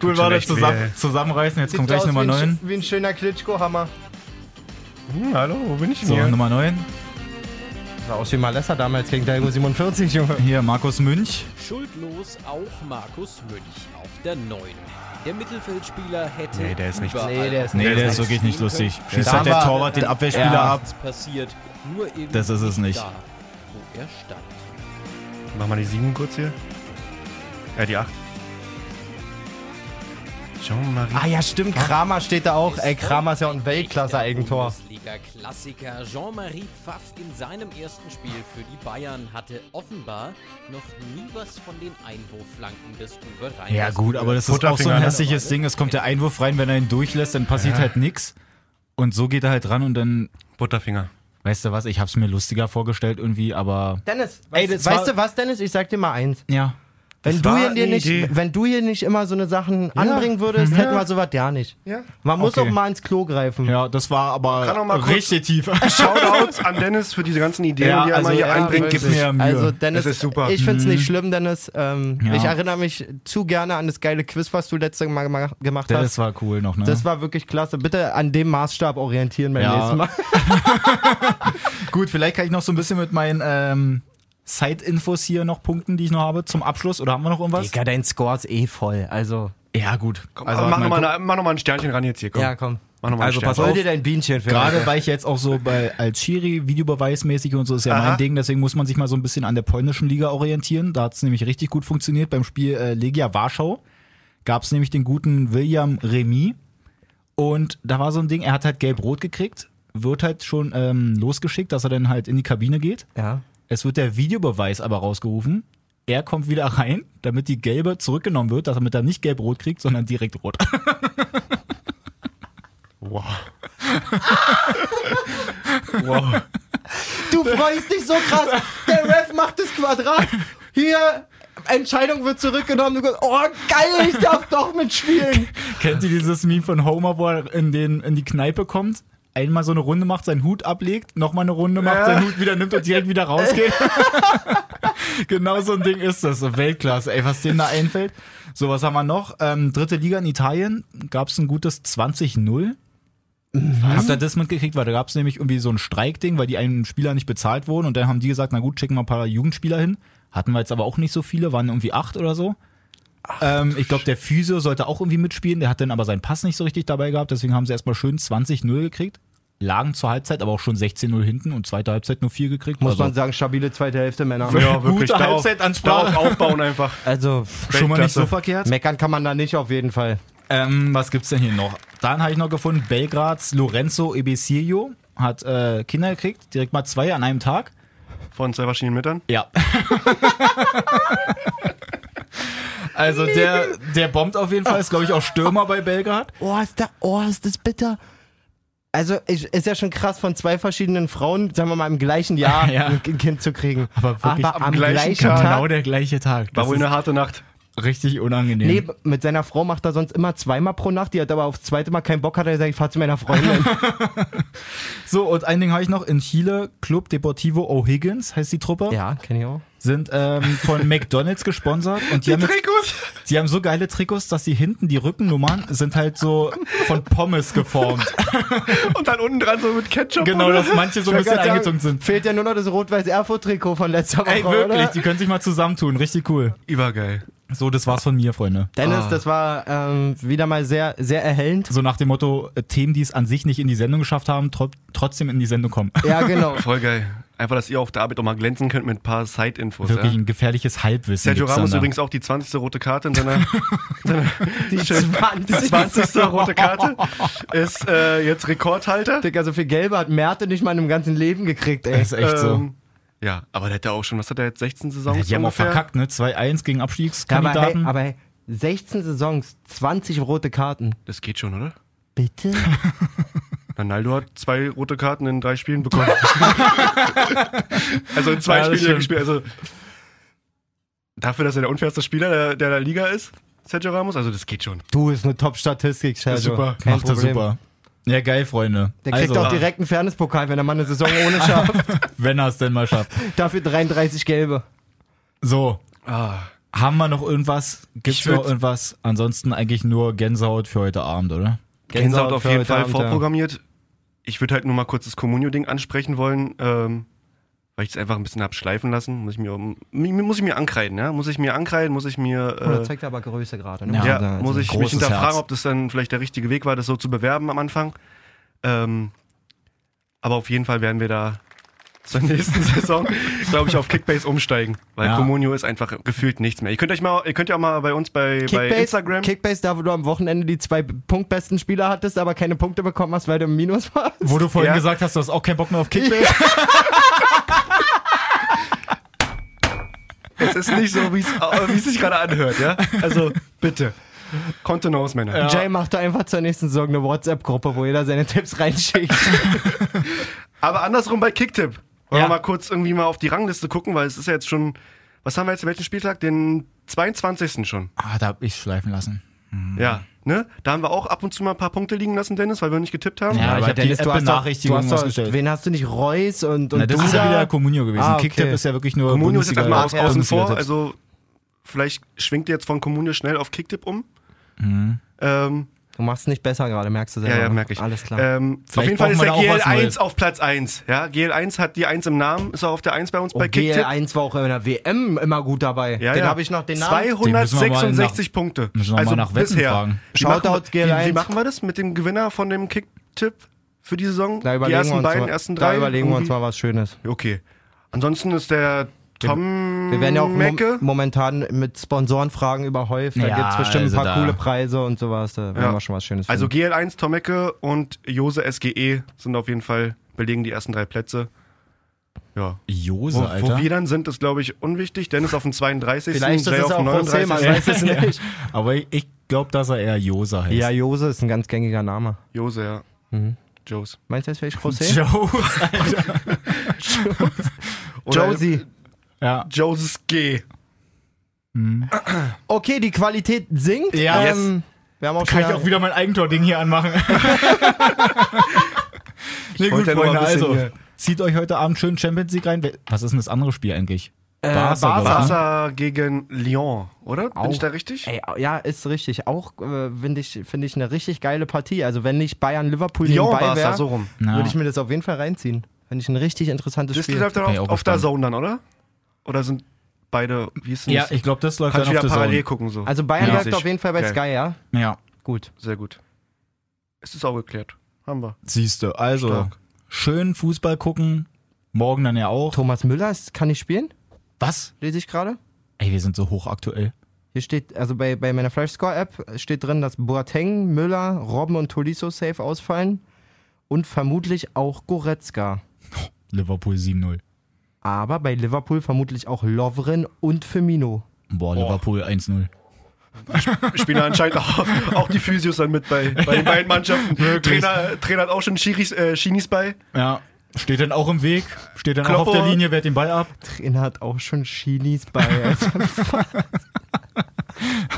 [SPEAKER 1] cool, war das
[SPEAKER 3] echt weh,
[SPEAKER 1] zusammen,
[SPEAKER 3] ey.
[SPEAKER 1] zusammenreißen. Jetzt kommt gleich
[SPEAKER 2] aus
[SPEAKER 1] Nummer
[SPEAKER 2] wie, ein,
[SPEAKER 1] 9.
[SPEAKER 2] sch- wie ein schöner Klitschko-Hammer.
[SPEAKER 3] Hm, hallo, wo bin ich denn
[SPEAKER 1] So,
[SPEAKER 3] hier?
[SPEAKER 1] Nummer 9.
[SPEAKER 2] Sah aus wie Malessa damals gegen Dalgo 47, Junge.
[SPEAKER 1] Hier Markus Münch.
[SPEAKER 6] Schuldlos auch Markus Münch auf der 9. Der Mittelfeldspieler hätte.
[SPEAKER 3] Nee, der ist nicht-
[SPEAKER 6] überall
[SPEAKER 2] Nee, der ist
[SPEAKER 1] Nee,
[SPEAKER 2] Der
[SPEAKER 1] der ist
[SPEAKER 2] ist
[SPEAKER 1] wirklich nicht lustig. Schießt
[SPEAKER 2] Da
[SPEAKER 1] halt der
[SPEAKER 2] war-
[SPEAKER 1] Torwart den Abwehrspieler
[SPEAKER 2] Ja.
[SPEAKER 1] ab.
[SPEAKER 6] Was passiert. Nur eben
[SPEAKER 1] Das ist es nicht.
[SPEAKER 6] Da, wo er stand.
[SPEAKER 3] Mach mal die 7 kurz hier. Ja, die 8. Jean-Marie.
[SPEAKER 2] Ah ja, stimmt, Kramer steht da auch. Ey, Kramer ist ja auch ein Weltklasse-Eigentor.
[SPEAKER 6] Bundesliga-Klassiker Jean-Marie Pfaff in seinem ersten Spiel für die Bayern hatte offenbar noch nie was von den Einwurfflanken des Uwe Reiners
[SPEAKER 1] Ja gut, aber das ist auch so
[SPEAKER 3] Butterfinger,
[SPEAKER 1] ein
[SPEAKER 3] ne?
[SPEAKER 1] hässliches Ding. Es kommt der Einwurf rein, wenn er ihn durchlässt, dann passiert halt nix. Und so geht er halt ran und dann,
[SPEAKER 3] Butterfinger.
[SPEAKER 1] weißt du was, ich hab's mir lustiger vorgestelt irgendwie, aber
[SPEAKER 2] Dennis,
[SPEAKER 1] Ey,
[SPEAKER 2] weißt,
[SPEAKER 1] das war-
[SPEAKER 2] weißt du was, Dennis? Ich sag dir mal eins.
[SPEAKER 1] ja.
[SPEAKER 2] Wenn du,
[SPEAKER 3] war
[SPEAKER 2] hier dir
[SPEAKER 3] eine
[SPEAKER 2] nicht,
[SPEAKER 3] Idee.
[SPEAKER 2] wenn du hier nicht immer so eine Sachen anbringen würdest, hätten wir sowas ja nicht.
[SPEAKER 3] Ja.
[SPEAKER 2] Man muss
[SPEAKER 1] Okay.
[SPEAKER 2] auch mal ins Klo greifen.
[SPEAKER 1] Ja, das war
[SPEAKER 3] Kann auch mal
[SPEAKER 1] aber
[SPEAKER 3] kurz-
[SPEAKER 1] richtig tief.
[SPEAKER 3] Shoutouts an Dennis für diese ganzen Ideen,
[SPEAKER 1] Ja,
[SPEAKER 3] die er
[SPEAKER 1] also
[SPEAKER 3] mal hier
[SPEAKER 1] er
[SPEAKER 3] einbringt.
[SPEAKER 1] bringt-
[SPEAKER 3] Gib
[SPEAKER 1] Gib mir
[SPEAKER 3] mir.
[SPEAKER 1] Mühe.
[SPEAKER 2] Also Dennis,
[SPEAKER 3] Das ist super.
[SPEAKER 2] ich find's nicht schlimm, Dennis. Ähm,
[SPEAKER 1] Ja.
[SPEAKER 2] Ich erinnere mich zu gerne an das geile Quiz, was du letztes Mal gemacht- gemacht hast.
[SPEAKER 1] Das war cool noch, ne?
[SPEAKER 2] Das war wirklich klasse. Bitte an dem Maßstab orientieren beim
[SPEAKER 1] Ja.
[SPEAKER 2] nächsten Mal.
[SPEAKER 1] Gut, vielleicht kann ich noch so ein bisschen mit meinen ähm, Side-Infos hier noch punkten, die ich noch habe zum Abschluss. Oder haben wir noch irgendwas?
[SPEAKER 2] Digga, dein Score ist eh voll. Also,
[SPEAKER 1] Ja, gut.
[SPEAKER 3] Komm, also mach
[SPEAKER 1] mal
[SPEAKER 3] nochmal
[SPEAKER 1] gucken.
[SPEAKER 3] noch mal ein Sternchen ran jetzt hier. Komm.
[SPEAKER 2] ja, komm.
[SPEAKER 3] Mach noch mal ein
[SPEAKER 1] Also,
[SPEAKER 3] Sternchen.
[SPEAKER 1] pass
[SPEAKER 2] Hol
[SPEAKER 1] auf.
[SPEAKER 2] dir dein Bienchen für
[SPEAKER 1] Gerade weil ich jetzt auch so bei als Schiri videobeweismäßig und so ist ja mein
[SPEAKER 3] Aha.
[SPEAKER 1] Ding, deswegen muss man sich mal so ein bisschen an der polnischen Liga orientieren. Da hat es nämlich richtig gut funktioniert. Beim Spiel äh, Legia Warschau gab es nämlich den guten William Remy. Und da war so ein Ding, er hat halt gelb-rot gekriegt, wird halt schon ähm, losgeschickt, dass er dann halt in die Kabine geht.
[SPEAKER 2] Ja.
[SPEAKER 1] Es wird der Videobeweis aber rausgerufen. Er kommt wieder rein, damit die gelbe zurückgenommen wird, damit er nicht gelb-rot kriegt, sondern direkt rot.
[SPEAKER 3] Wow.
[SPEAKER 2] Du freust dich so krass. Der Ref macht das Quadrat. Hier, Entscheidung wird zurückgenommen. Du gehst, oh geil, ich darf doch mitspielen.
[SPEAKER 1] Kennt ihr dieses Meme von Homer, wo er in, den, in die Kneipe kommt, einmal so eine Runde macht, seinen Hut ablegt, nochmal eine Runde macht, seinen Hut wieder nimmt und direkt wieder rausgeht? genau so ein Ding ist das. so Weltklasse, ey, was denen da einfällt. So, was haben wir noch? Ähm, dritte Liga in Italien gab es ein gutes 20-0. Habt ihr das mitgekriegt? Weil da gab es nämlich irgendwie so ein Streikding, weil die einen Spieler nicht bezahlt wurden und dann haben die gesagt, na gut, schicken wir ein paar Jugendspieler hin. Hatten wir jetzt aber auch nicht so viele, waren irgendwie acht oder so. Ähm, ich glaube, der Physio sollte auch irgendwie mitspielen, der hat dann aber seinen Pass nicht so richtig dabei gehabt, deswegen haben sie erstmal schön 20-0 gekriegt. Lagen zur Halbzeit, aber auch schon 16-0 hinten und zweite Halbzeit nur 4 gekriegt.
[SPEAKER 2] Muss
[SPEAKER 1] Also,
[SPEAKER 2] man sagen, stabile zweite Hälfte, Männer.
[SPEAKER 3] Ja, wirklich.
[SPEAKER 1] Gute
[SPEAKER 3] Darauf,
[SPEAKER 1] Halbzeitansprache.
[SPEAKER 3] darauf aufbauen einfach.
[SPEAKER 2] Also,
[SPEAKER 1] schon mal nicht
[SPEAKER 3] Weltklasse.
[SPEAKER 1] so verkehrt.
[SPEAKER 2] meckern kann man da nicht auf jeden Fall.
[SPEAKER 1] Ähm, was gibt's denn hier noch? Dann habe ich noch gefunden, Belgrads Lorenzo Ebesilio hat äh, Kinder gekriegt, direkt mal zwei an einem Tag.
[SPEAKER 3] Von zwei verschiedenen Metern.
[SPEAKER 1] Ja. also der, der bombt auf jeden Fall, ist glaube ich auch Stürmer bei Belgrad.
[SPEAKER 2] Oh, ist da, oh, ist das bitter. Also, ich, ist ja schon krass, von zwei verschiedenen Frauen, sagen wir mal, im gleichen Jahr
[SPEAKER 1] Ja.
[SPEAKER 2] ein Kind zu kriegen.
[SPEAKER 1] Aber wirklich
[SPEAKER 2] am,
[SPEAKER 3] am
[SPEAKER 2] gleichen,
[SPEAKER 3] gleichen
[SPEAKER 2] Tag.
[SPEAKER 3] Tag.
[SPEAKER 1] Genau der gleiche Tag.
[SPEAKER 3] War
[SPEAKER 1] Das
[SPEAKER 3] wohl
[SPEAKER 1] ist
[SPEAKER 3] eine harte Nacht.
[SPEAKER 1] richtig unangenehm.
[SPEAKER 2] Nee, mit seiner Frau macht er sonst immer zweimal pro Nacht. Die hat aber aufs zweite Mal keinen Bock, hat er gesagt, ich fahr zu meiner Freundin.
[SPEAKER 1] So, und ein Ding habe ich noch. In Chile, Club Deportivo O'Higgins heißt die Truppe,
[SPEAKER 2] ja, kenn ich auch.
[SPEAKER 1] sind ähm, von McDonalds gesponsert. Und die, haben jetzt,
[SPEAKER 3] Trikots.
[SPEAKER 1] die haben so geile Trikots, dass die hinten, die Rückennummern, sind halt so von Pommes geformt.
[SPEAKER 3] Und dann unten dran so mit Ketchup.
[SPEAKER 1] genau, dass manche so ein bisschen eingezogen sind.
[SPEAKER 2] Fehlt ja nur noch das Rot-Weiß-Erfurt-Trikot von letzter Woche,
[SPEAKER 1] Ey, wirklich,
[SPEAKER 2] oder?
[SPEAKER 1] die können sich mal zusammentun. Richtig cool.
[SPEAKER 3] Übergeil.
[SPEAKER 1] So, das war's von mir, Freunde.
[SPEAKER 2] Dennis, das war ähm, wieder mal sehr, sehr erhellend.
[SPEAKER 1] So nach dem Motto, äh, Themen, die es an sich nicht in die Sendung geschafft haben, tro trotzdem in die Sendung kommen.
[SPEAKER 2] Ja, genau.
[SPEAKER 3] Voll geil. Einfach, dass ihr auf der Arbeit auch mal glänzen könnt mit ein paar Side-Infos.
[SPEAKER 1] Wirklich
[SPEAKER 3] Ja.
[SPEAKER 1] ein ne? gefährliches Halbwissen.
[SPEAKER 3] Sergio
[SPEAKER 1] gibt's dann
[SPEAKER 3] Ramos
[SPEAKER 1] da.
[SPEAKER 3] übrigens auch die 20. rote Karte in seiner
[SPEAKER 2] Die 20.
[SPEAKER 3] 20. rote Karte. Ist äh, jetzt Rekordhalter.
[SPEAKER 2] Digga, so viel also Gelbe hat Merte nicht mal in einem ganzen Leben gekriegt, ey.
[SPEAKER 1] Das ist echt so.
[SPEAKER 3] Ähm, ja, aber der hat ja auch schon, was hat er jetzt, 16
[SPEAKER 1] Ja,
[SPEAKER 3] Saisons
[SPEAKER 1] die haben auch
[SPEAKER 3] ungefähr?
[SPEAKER 1] verkackt, ne? 2-1 gegen
[SPEAKER 2] Ja, aber, hey,
[SPEAKER 1] Abstiegskandidaten.
[SPEAKER 2] aber hey, 16 Saisons, 20 rote Karten.
[SPEAKER 3] Das geht schon, oder?
[SPEAKER 2] Bitte?
[SPEAKER 3] Ronaldo hat zwei rote Karten in drei Spielen bekommen. also in zwei
[SPEAKER 1] Ja, das
[SPEAKER 3] Spielen
[SPEAKER 1] stimmt.
[SPEAKER 3] gespielt. Also dafür, dass er der unfairste Spieler der, der, der Liga ist, Sergio Ramos, also das geht schon.
[SPEAKER 2] Du, ist eine Top-Statistik, Sergio.
[SPEAKER 3] super.
[SPEAKER 2] Kein
[SPEAKER 1] Macht er
[SPEAKER 2] Problem.
[SPEAKER 1] super. Ja, geil, Freunde.
[SPEAKER 2] Der kriegt
[SPEAKER 1] also,
[SPEAKER 2] auch direkt einen Fairness-Pokal, wenn er mal eine Saison ohne schafft.
[SPEAKER 1] wenn er es denn mal schafft.
[SPEAKER 2] Dafür 33 gelbe.
[SPEAKER 1] So,
[SPEAKER 3] Ah.
[SPEAKER 1] haben wir noch irgendwas? Gibt's
[SPEAKER 3] Ich würd-
[SPEAKER 1] noch irgendwas? Ansonsten eigentlich nur Gänsehaut für heute Abend, oder?
[SPEAKER 3] Gänsehaut auf
[SPEAKER 2] für
[SPEAKER 3] jeden
[SPEAKER 2] heute
[SPEAKER 3] Fall
[SPEAKER 2] Abend, ja.
[SPEAKER 3] vorprogrammiert. Ich würde halt nur mal kurz das Communio-Ding ansprechen wollen, ähm, weil ich es einfach ein bisschen hab schleifen lassen. Muss ich mir, um, mi- mi- muss ich mir ankreiden, ja? Muss ich mir ankreiden, muss ich
[SPEAKER 2] Oh, da
[SPEAKER 3] mir. Äh,
[SPEAKER 2] zeigt er aber Größe gerade.
[SPEAKER 1] Ja,
[SPEAKER 2] Ne?
[SPEAKER 3] ja,
[SPEAKER 2] Also,
[SPEAKER 3] muss ich mich
[SPEAKER 1] großes
[SPEAKER 3] hinterfragen,
[SPEAKER 1] Herz.
[SPEAKER 3] ob das dann vielleicht der richtige Weg war, das so zu bewerben am Anfang. Ähm, aber auf jeden Fall werden wir da zur nächsten Saison, glaube ich, auf Kickbase umsteigen, weil
[SPEAKER 1] Ja.
[SPEAKER 3] Communio ist einfach gefühlt nichts mehr. Ihr könnt euch mal, ihr könnt ja auch mal bei uns bei, bei
[SPEAKER 2] Kickbase,
[SPEAKER 3] Instagram.
[SPEAKER 2] Kickbase, da wo du am Wochenende die zwei punktbesten Spieler hattest, aber keine Punkte bekommen hast, weil du im Minus warst.
[SPEAKER 1] Wo du vorhin
[SPEAKER 3] Ja.
[SPEAKER 1] gesagt hast, du hast auch keinen Bock mehr auf Kickbase.
[SPEAKER 3] Es ist nicht so, wie es äh, wie es sich gerade anhört, ja? Also, bitte. Kontenance, Männer.
[SPEAKER 2] Jay macht da einfach zur nächsten Saison eine WhatsApp-Gruppe, wo jeder seine Tipps reinschickt.
[SPEAKER 3] Aber andersrum bei Kicktipp. Wollen
[SPEAKER 1] Ja.
[SPEAKER 3] wir mal kurz irgendwie mal auf die Rangliste gucken, weil es ist ja jetzt schon, was haben wir jetzt, welchen Spieltag? Den 22. schon.
[SPEAKER 1] Ah, da hab ich schleifen lassen.
[SPEAKER 3] Ja. Ne? Da haben wir auch ab und zu mal ein paar Punkte liegen lassen, Dennis, weil wir nicht getippt haben.
[SPEAKER 1] Ja, ich hab die App-Benachrichtigung
[SPEAKER 2] du hast doch,
[SPEAKER 1] ausgestellt.
[SPEAKER 2] wen hast du nicht? Reus und, und
[SPEAKER 1] Na, das ist ja
[SPEAKER 2] Duda?
[SPEAKER 1] wieder Comunio gewesen.
[SPEAKER 2] Ah, okay.
[SPEAKER 1] Kicktipp ist ja wirklich nur
[SPEAKER 3] Comunio ist jetzt
[SPEAKER 1] Bundesliga.
[SPEAKER 3] erstmal aus,
[SPEAKER 2] ja,
[SPEAKER 3] außen vor,
[SPEAKER 1] Bundesliga-Tipps.
[SPEAKER 3] also vielleicht schwingt ihr jetzt von Comunio schnell auf Kicktipp um.
[SPEAKER 2] Mhm.
[SPEAKER 3] Ähm,
[SPEAKER 2] Du machst es nicht besser gerade, merkst du selber.
[SPEAKER 3] ja, ja,
[SPEAKER 2] ne?
[SPEAKER 3] merke ich.
[SPEAKER 2] Alles klar.
[SPEAKER 3] Ähm, auf jeden
[SPEAKER 1] brauchen
[SPEAKER 3] Fall ist
[SPEAKER 1] wir da
[SPEAKER 3] der
[SPEAKER 1] auch was Neues.
[SPEAKER 3] GL1 auf Platz 1. Ja, GL1 hat die 1 im Namen, ist auch auf der 1 bei uns bei
[SPEAKER 2] und
[SPEAKER 3] Kicktipp.
[SPEAKER 2] GL1 war auch in der WM immer gut dabei.
[SPEAKER 3] Ja,
[SPEAKER 2] Den
[SPEAKER 3] ja.
[SPEAKER 2] habe ich noch den Namen.
[SPEAKER 3] 266 Punkte. Also
[SPEAKER 1] Müssen wir mal nach Wetten fragen.
[SPEAKER 3] Wie machen,
[SPEAKER 2] Shoutouts
[SPEAKER 3] wir-
[SPEAKER 2] GL1.
[SPEAKER 3] wie, wie machen wir das mit dem Gewinner von dem Kick-Tipp für die Saison?
[SPEAKER 2] Da
[SPEAKER 3] die
[SPEAKER 2] überlegen, wir
[SPEAKER 3] ersten
[SPEAKER 2] uns
[SPEAKER 3] beiden,
[SPEAKER 2] mal,
[SPEAKER 3] ersten drei?
[SPEAKER 2] da überlegen wir uns
[SPEAKER 3] Irgendwie-
[SPEAKER 2] mal was Schönes.
[SPEAKER 3] Okay. Ansonsten ist der Tom
[SPEAKER 2] Wir werden ja auch mom
[SPEAKER 3] Mecke.
[SPEAKER 2] momentan mit Sponsorenfragen überhäuft. Da
[SPEAKER 1] Ja,
[SPEAKER 2] gibt es bestimmt
[SPEAKER 1] also
[SPEAKER 2] ein paar
[SPEAKER 1] da-
[SPEAKER 2] coole Preise und sowas. Da werden
[SPEAKER 3] Ja.
[SPEAKER 2] wir schon was Schönes
[SPEAKER 3] Also
[SPEAKER 2] finden.
[SPEAKER 3] GL1, Tom Mecke und Jose SGE sind auf jeden Fall, belegen die ersten drei Plätze. Ja.
[SPEAKER 1] Jose,
[SPEAKER 3] Wo,
[SPEAKER 1] Alter.
[SPEAKER 3] wo wir dann sind, ist glaube ich unwichtig. Dennis auf dem 32.
[SPEAKER 2] Vielleicht ist
[SPEAKER 3] Jay
[SPEAKER 2] es
[SPEAKER 3] auf dem
[SPEAKER 2] auch Jose,
[SPEAKER 3] 39.
[SPEAKER 2] man weiß es nicht.
[SPEAKER 1] Aber ich, ich glaube, dass er eher Jose heißt.
[SPEAKER 2] Ja, Jose ist ein ganz gängiger Name.
[SPEAKER 3] Jose, ja.
[SPEAKER 2] Mhm.
[SPEAKER 3] Jose.
[SPEAKER 2] Meinst du jetzt vielleicht Jose?
[SPEAKER 1] Jose.
[SPEAKER 3] Oder-
[SPEAKER 2] Josie.
[SPEAKER 1] Ja.
[SPEAKER 3] Joses G.
[SPEAKER 2] Okay, die Qualität sinkt.
[SPEAKER 1] Ja.
[SPEAKER 2] ähm, wir haben auch
[SPEAKER 1] Kann
[SPEAKER 2] schon
[SPEAKER 1] ich auch wieder mein Eigentor-Ding hier anmachen? nee, gut,
[SPEAKER 3] wollte ja nur
[SPEAKER 1] Freunde,
[SPEAKER 3] ein bisschen
[SPEAKER 1] also.
[SPEAKER 3] hier-
[SPEAKER 1] Zieht euch heute Abend schön Champions League rein. Wer- Was ist denn das andere Spiel eigentlich?
[SPEAKER 2] äh,
[SPEAKER 1] Barca,
[SPEAKER 2] Barca.
[SPEAKER 1] glaub ich, ne?
[SPEAKER 3] Barca gegen Lyon, oder? Bin
[SPEAKER 2] Auch.
[SPEAKER 3] ich da richtig?
[SPEAKER 2] Ey, ja, ist richtig. Auch äh, finde ich, find ich eine richtig geile Partie. Also wenn nicht Bayern Liverpool
[SPEAKER 3] Lyon
[SPEAKER 2] nebenbei
[SPEAKER 3] Barca,
[SPEAKER 2] wäre,
[SPEAKER 3] so rum.
[SPEAKER 1] Ja.
[SPEAKER 2] würde ich mir das auf jeden Fall reinziehen. Finde ich ein richtig interessantes
[SPEAKER 3] Das
[SPEAKER 2] Spiel.
[SPEAKER 3] läuft dann
[SPEAKER 1] Bin ich
[SPEAKER 3] auf,
[SPEAKER 1] auch
[SPEAKER 3] auf der
[SPEAKER 1] gespannt.
[SPEAKER 3] Zone dann, oder? Oder sind beide, wie ist denn
[SPEAKER 1] Ja,
[SPEAKER 3] das?
[SPEAKER 1] ich glaube, das läuft
[SPEAKER 3] Kann ich
[SPEAKER 1] dann
[SPEAKER 3] wieder
[SPEAKER 1] auf
[SPEAKER 3] parallel
[SPEAKER 1] der
[SPEAKER 3] gucken so.
[SPEAKER 2] Also Bayern
[SPEAKER 1] Ja.
[SPEAKER 2] läuft auf jeden Fall bei
[SPEAKER 3] Geil.
[SPEAKER 2] Sky, ja?
[SPEAKER 1] Zone. Ja,
[SPEAKER 2] Gut.
[SPEAKER 3] Sehr gut. Es ist auch geklärt. Haben wir.
[SPEAKER 1] siehst du. Also,
[SPEAKER 3] Stark.
[SPEAKER 1] schön Fußball gucken. Morgen dann ja auch.
[SPEAKER 2] Thomas Müller ist, kann ich spielen,
[SPEAKER 1] Was?
[SPEAKER 2] lese ich gerade.
[SPEAKER 1] Ey, wir sind so hochaktuell.
[SPEAKER 2] Hier steht, also bei, bei meiner Flashscore-App steht drin, dass Boateng, Müller, Robben und Tolisso safe ausfallen und vermutlich auch Goretzka.
[SPEAKER 1] Liverpool 7-0.
[SPEAKER 2] Aber bei Liverpool vermutlich auch Lovren und Firmino.
[SPEAKER 1] Boah, Liverpool 1-0.
[SPEAKER 3] Spielen anscheinend auch, auch die Physios dann mit bei, bei den beiden Mannschaften. Trainer, Trainer hat auch schon Schiris, äh, Schinis bei.
[SPEAKER 1] Ja. Steht dann auch im Weg, steht dann auch
[SPEAKER 3] Kloppo.
[SPEAKER 1] auf der Linie, wehrt den Ball ab.
[SPEAKER 2] Trainer hat auch schon Chilis bei. Also,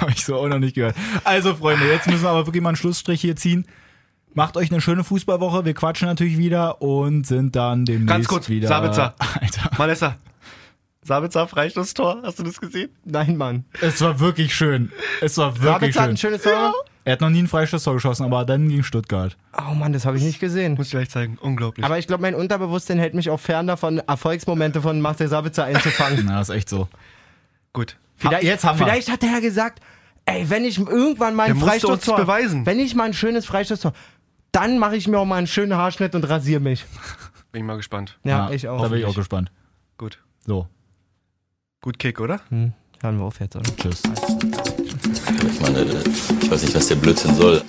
[SPEAKER 1] Habe ich so auch noch nicht gehört. Also, Freunde, jetzt müssen wir aber wirklich mal einen Schlussstrich hier ziehen. Macht euch eine schöne Fußballwoche. Wir quatschen natürlich wieder und sind dann demnächst
[SPEAKER 3] Ganz kurz,
[SPEAKER 1] wieder.
[SPEAKER 3] Sabitzer.
[SPEAKER 1] Alter,
[SPEAKER 3] Malessa. Sabitzer, Freistoßtor. Hast du das gesehen?
[SPEAKER 2] nein, Mann.
[SPEAKER 1] es war wirklich schön. Es war wirklich
[SPEAKER 2] Sabitzer hat ein
[SPEAKER 1] schön.
[SPEAKER 2] schönes Tor.
[SPEAKER 1] Er hat noch nie ein Freistoßtor geschossen, aber dann gegen Stuttgart.
[SPEAKER 2] Oh Mann, das habe ich nicht gesehen.
[SPEAKER 3] Muss ich gleich zeigen. Unglaublich.
[SPEAKER 2] Aber ich glaube, mein Unterbewusstsein hält mich auch fern davon, Erfolgsmomente von Marcel Sabitzer einzufangen.
[SPEAKER 1] Na, ist echt so.
[SPEAKER 3] gut.
[SPEAKER 1] Vielleicht, jetzt haben wir.
[SPEAKER 2] Vielleicht hat er ja gesagt, ey, wenn ich irgendwann mal ein
[SPEAKER 3] Der musste uns
[SPEAKER 2] Freistoßtor,
[SPEAKER 3] beweisen.
[SPEAKER 2] wenn ich mal ein schönes Freistoßtor, dann mache ich mir auch mal einen schönen Haarschnitt und rasiere mich.
[SPEAKER 3] Bin ich mal gespannt.
[SPEAKER 2] Ja,
[SPEAKER 1] Ja,
[SPEAKER 2] ich
[SPEAKER 1] Da
[SPEAKER 2] auch.
[SPEAKER 1] bin ich auch gespannt.
[SPEAKER 3] Gut.
[SPEAKER 1] So,
[SPEAKER 3] Gut Kick, oder?
[SPEAKER 2] Hören wir auf jetzt, oder?
[SPEAKER 1] tschüss.
[SPEAKER 7] Ich meine, ich weiß nicht, was der Blödsinn soll.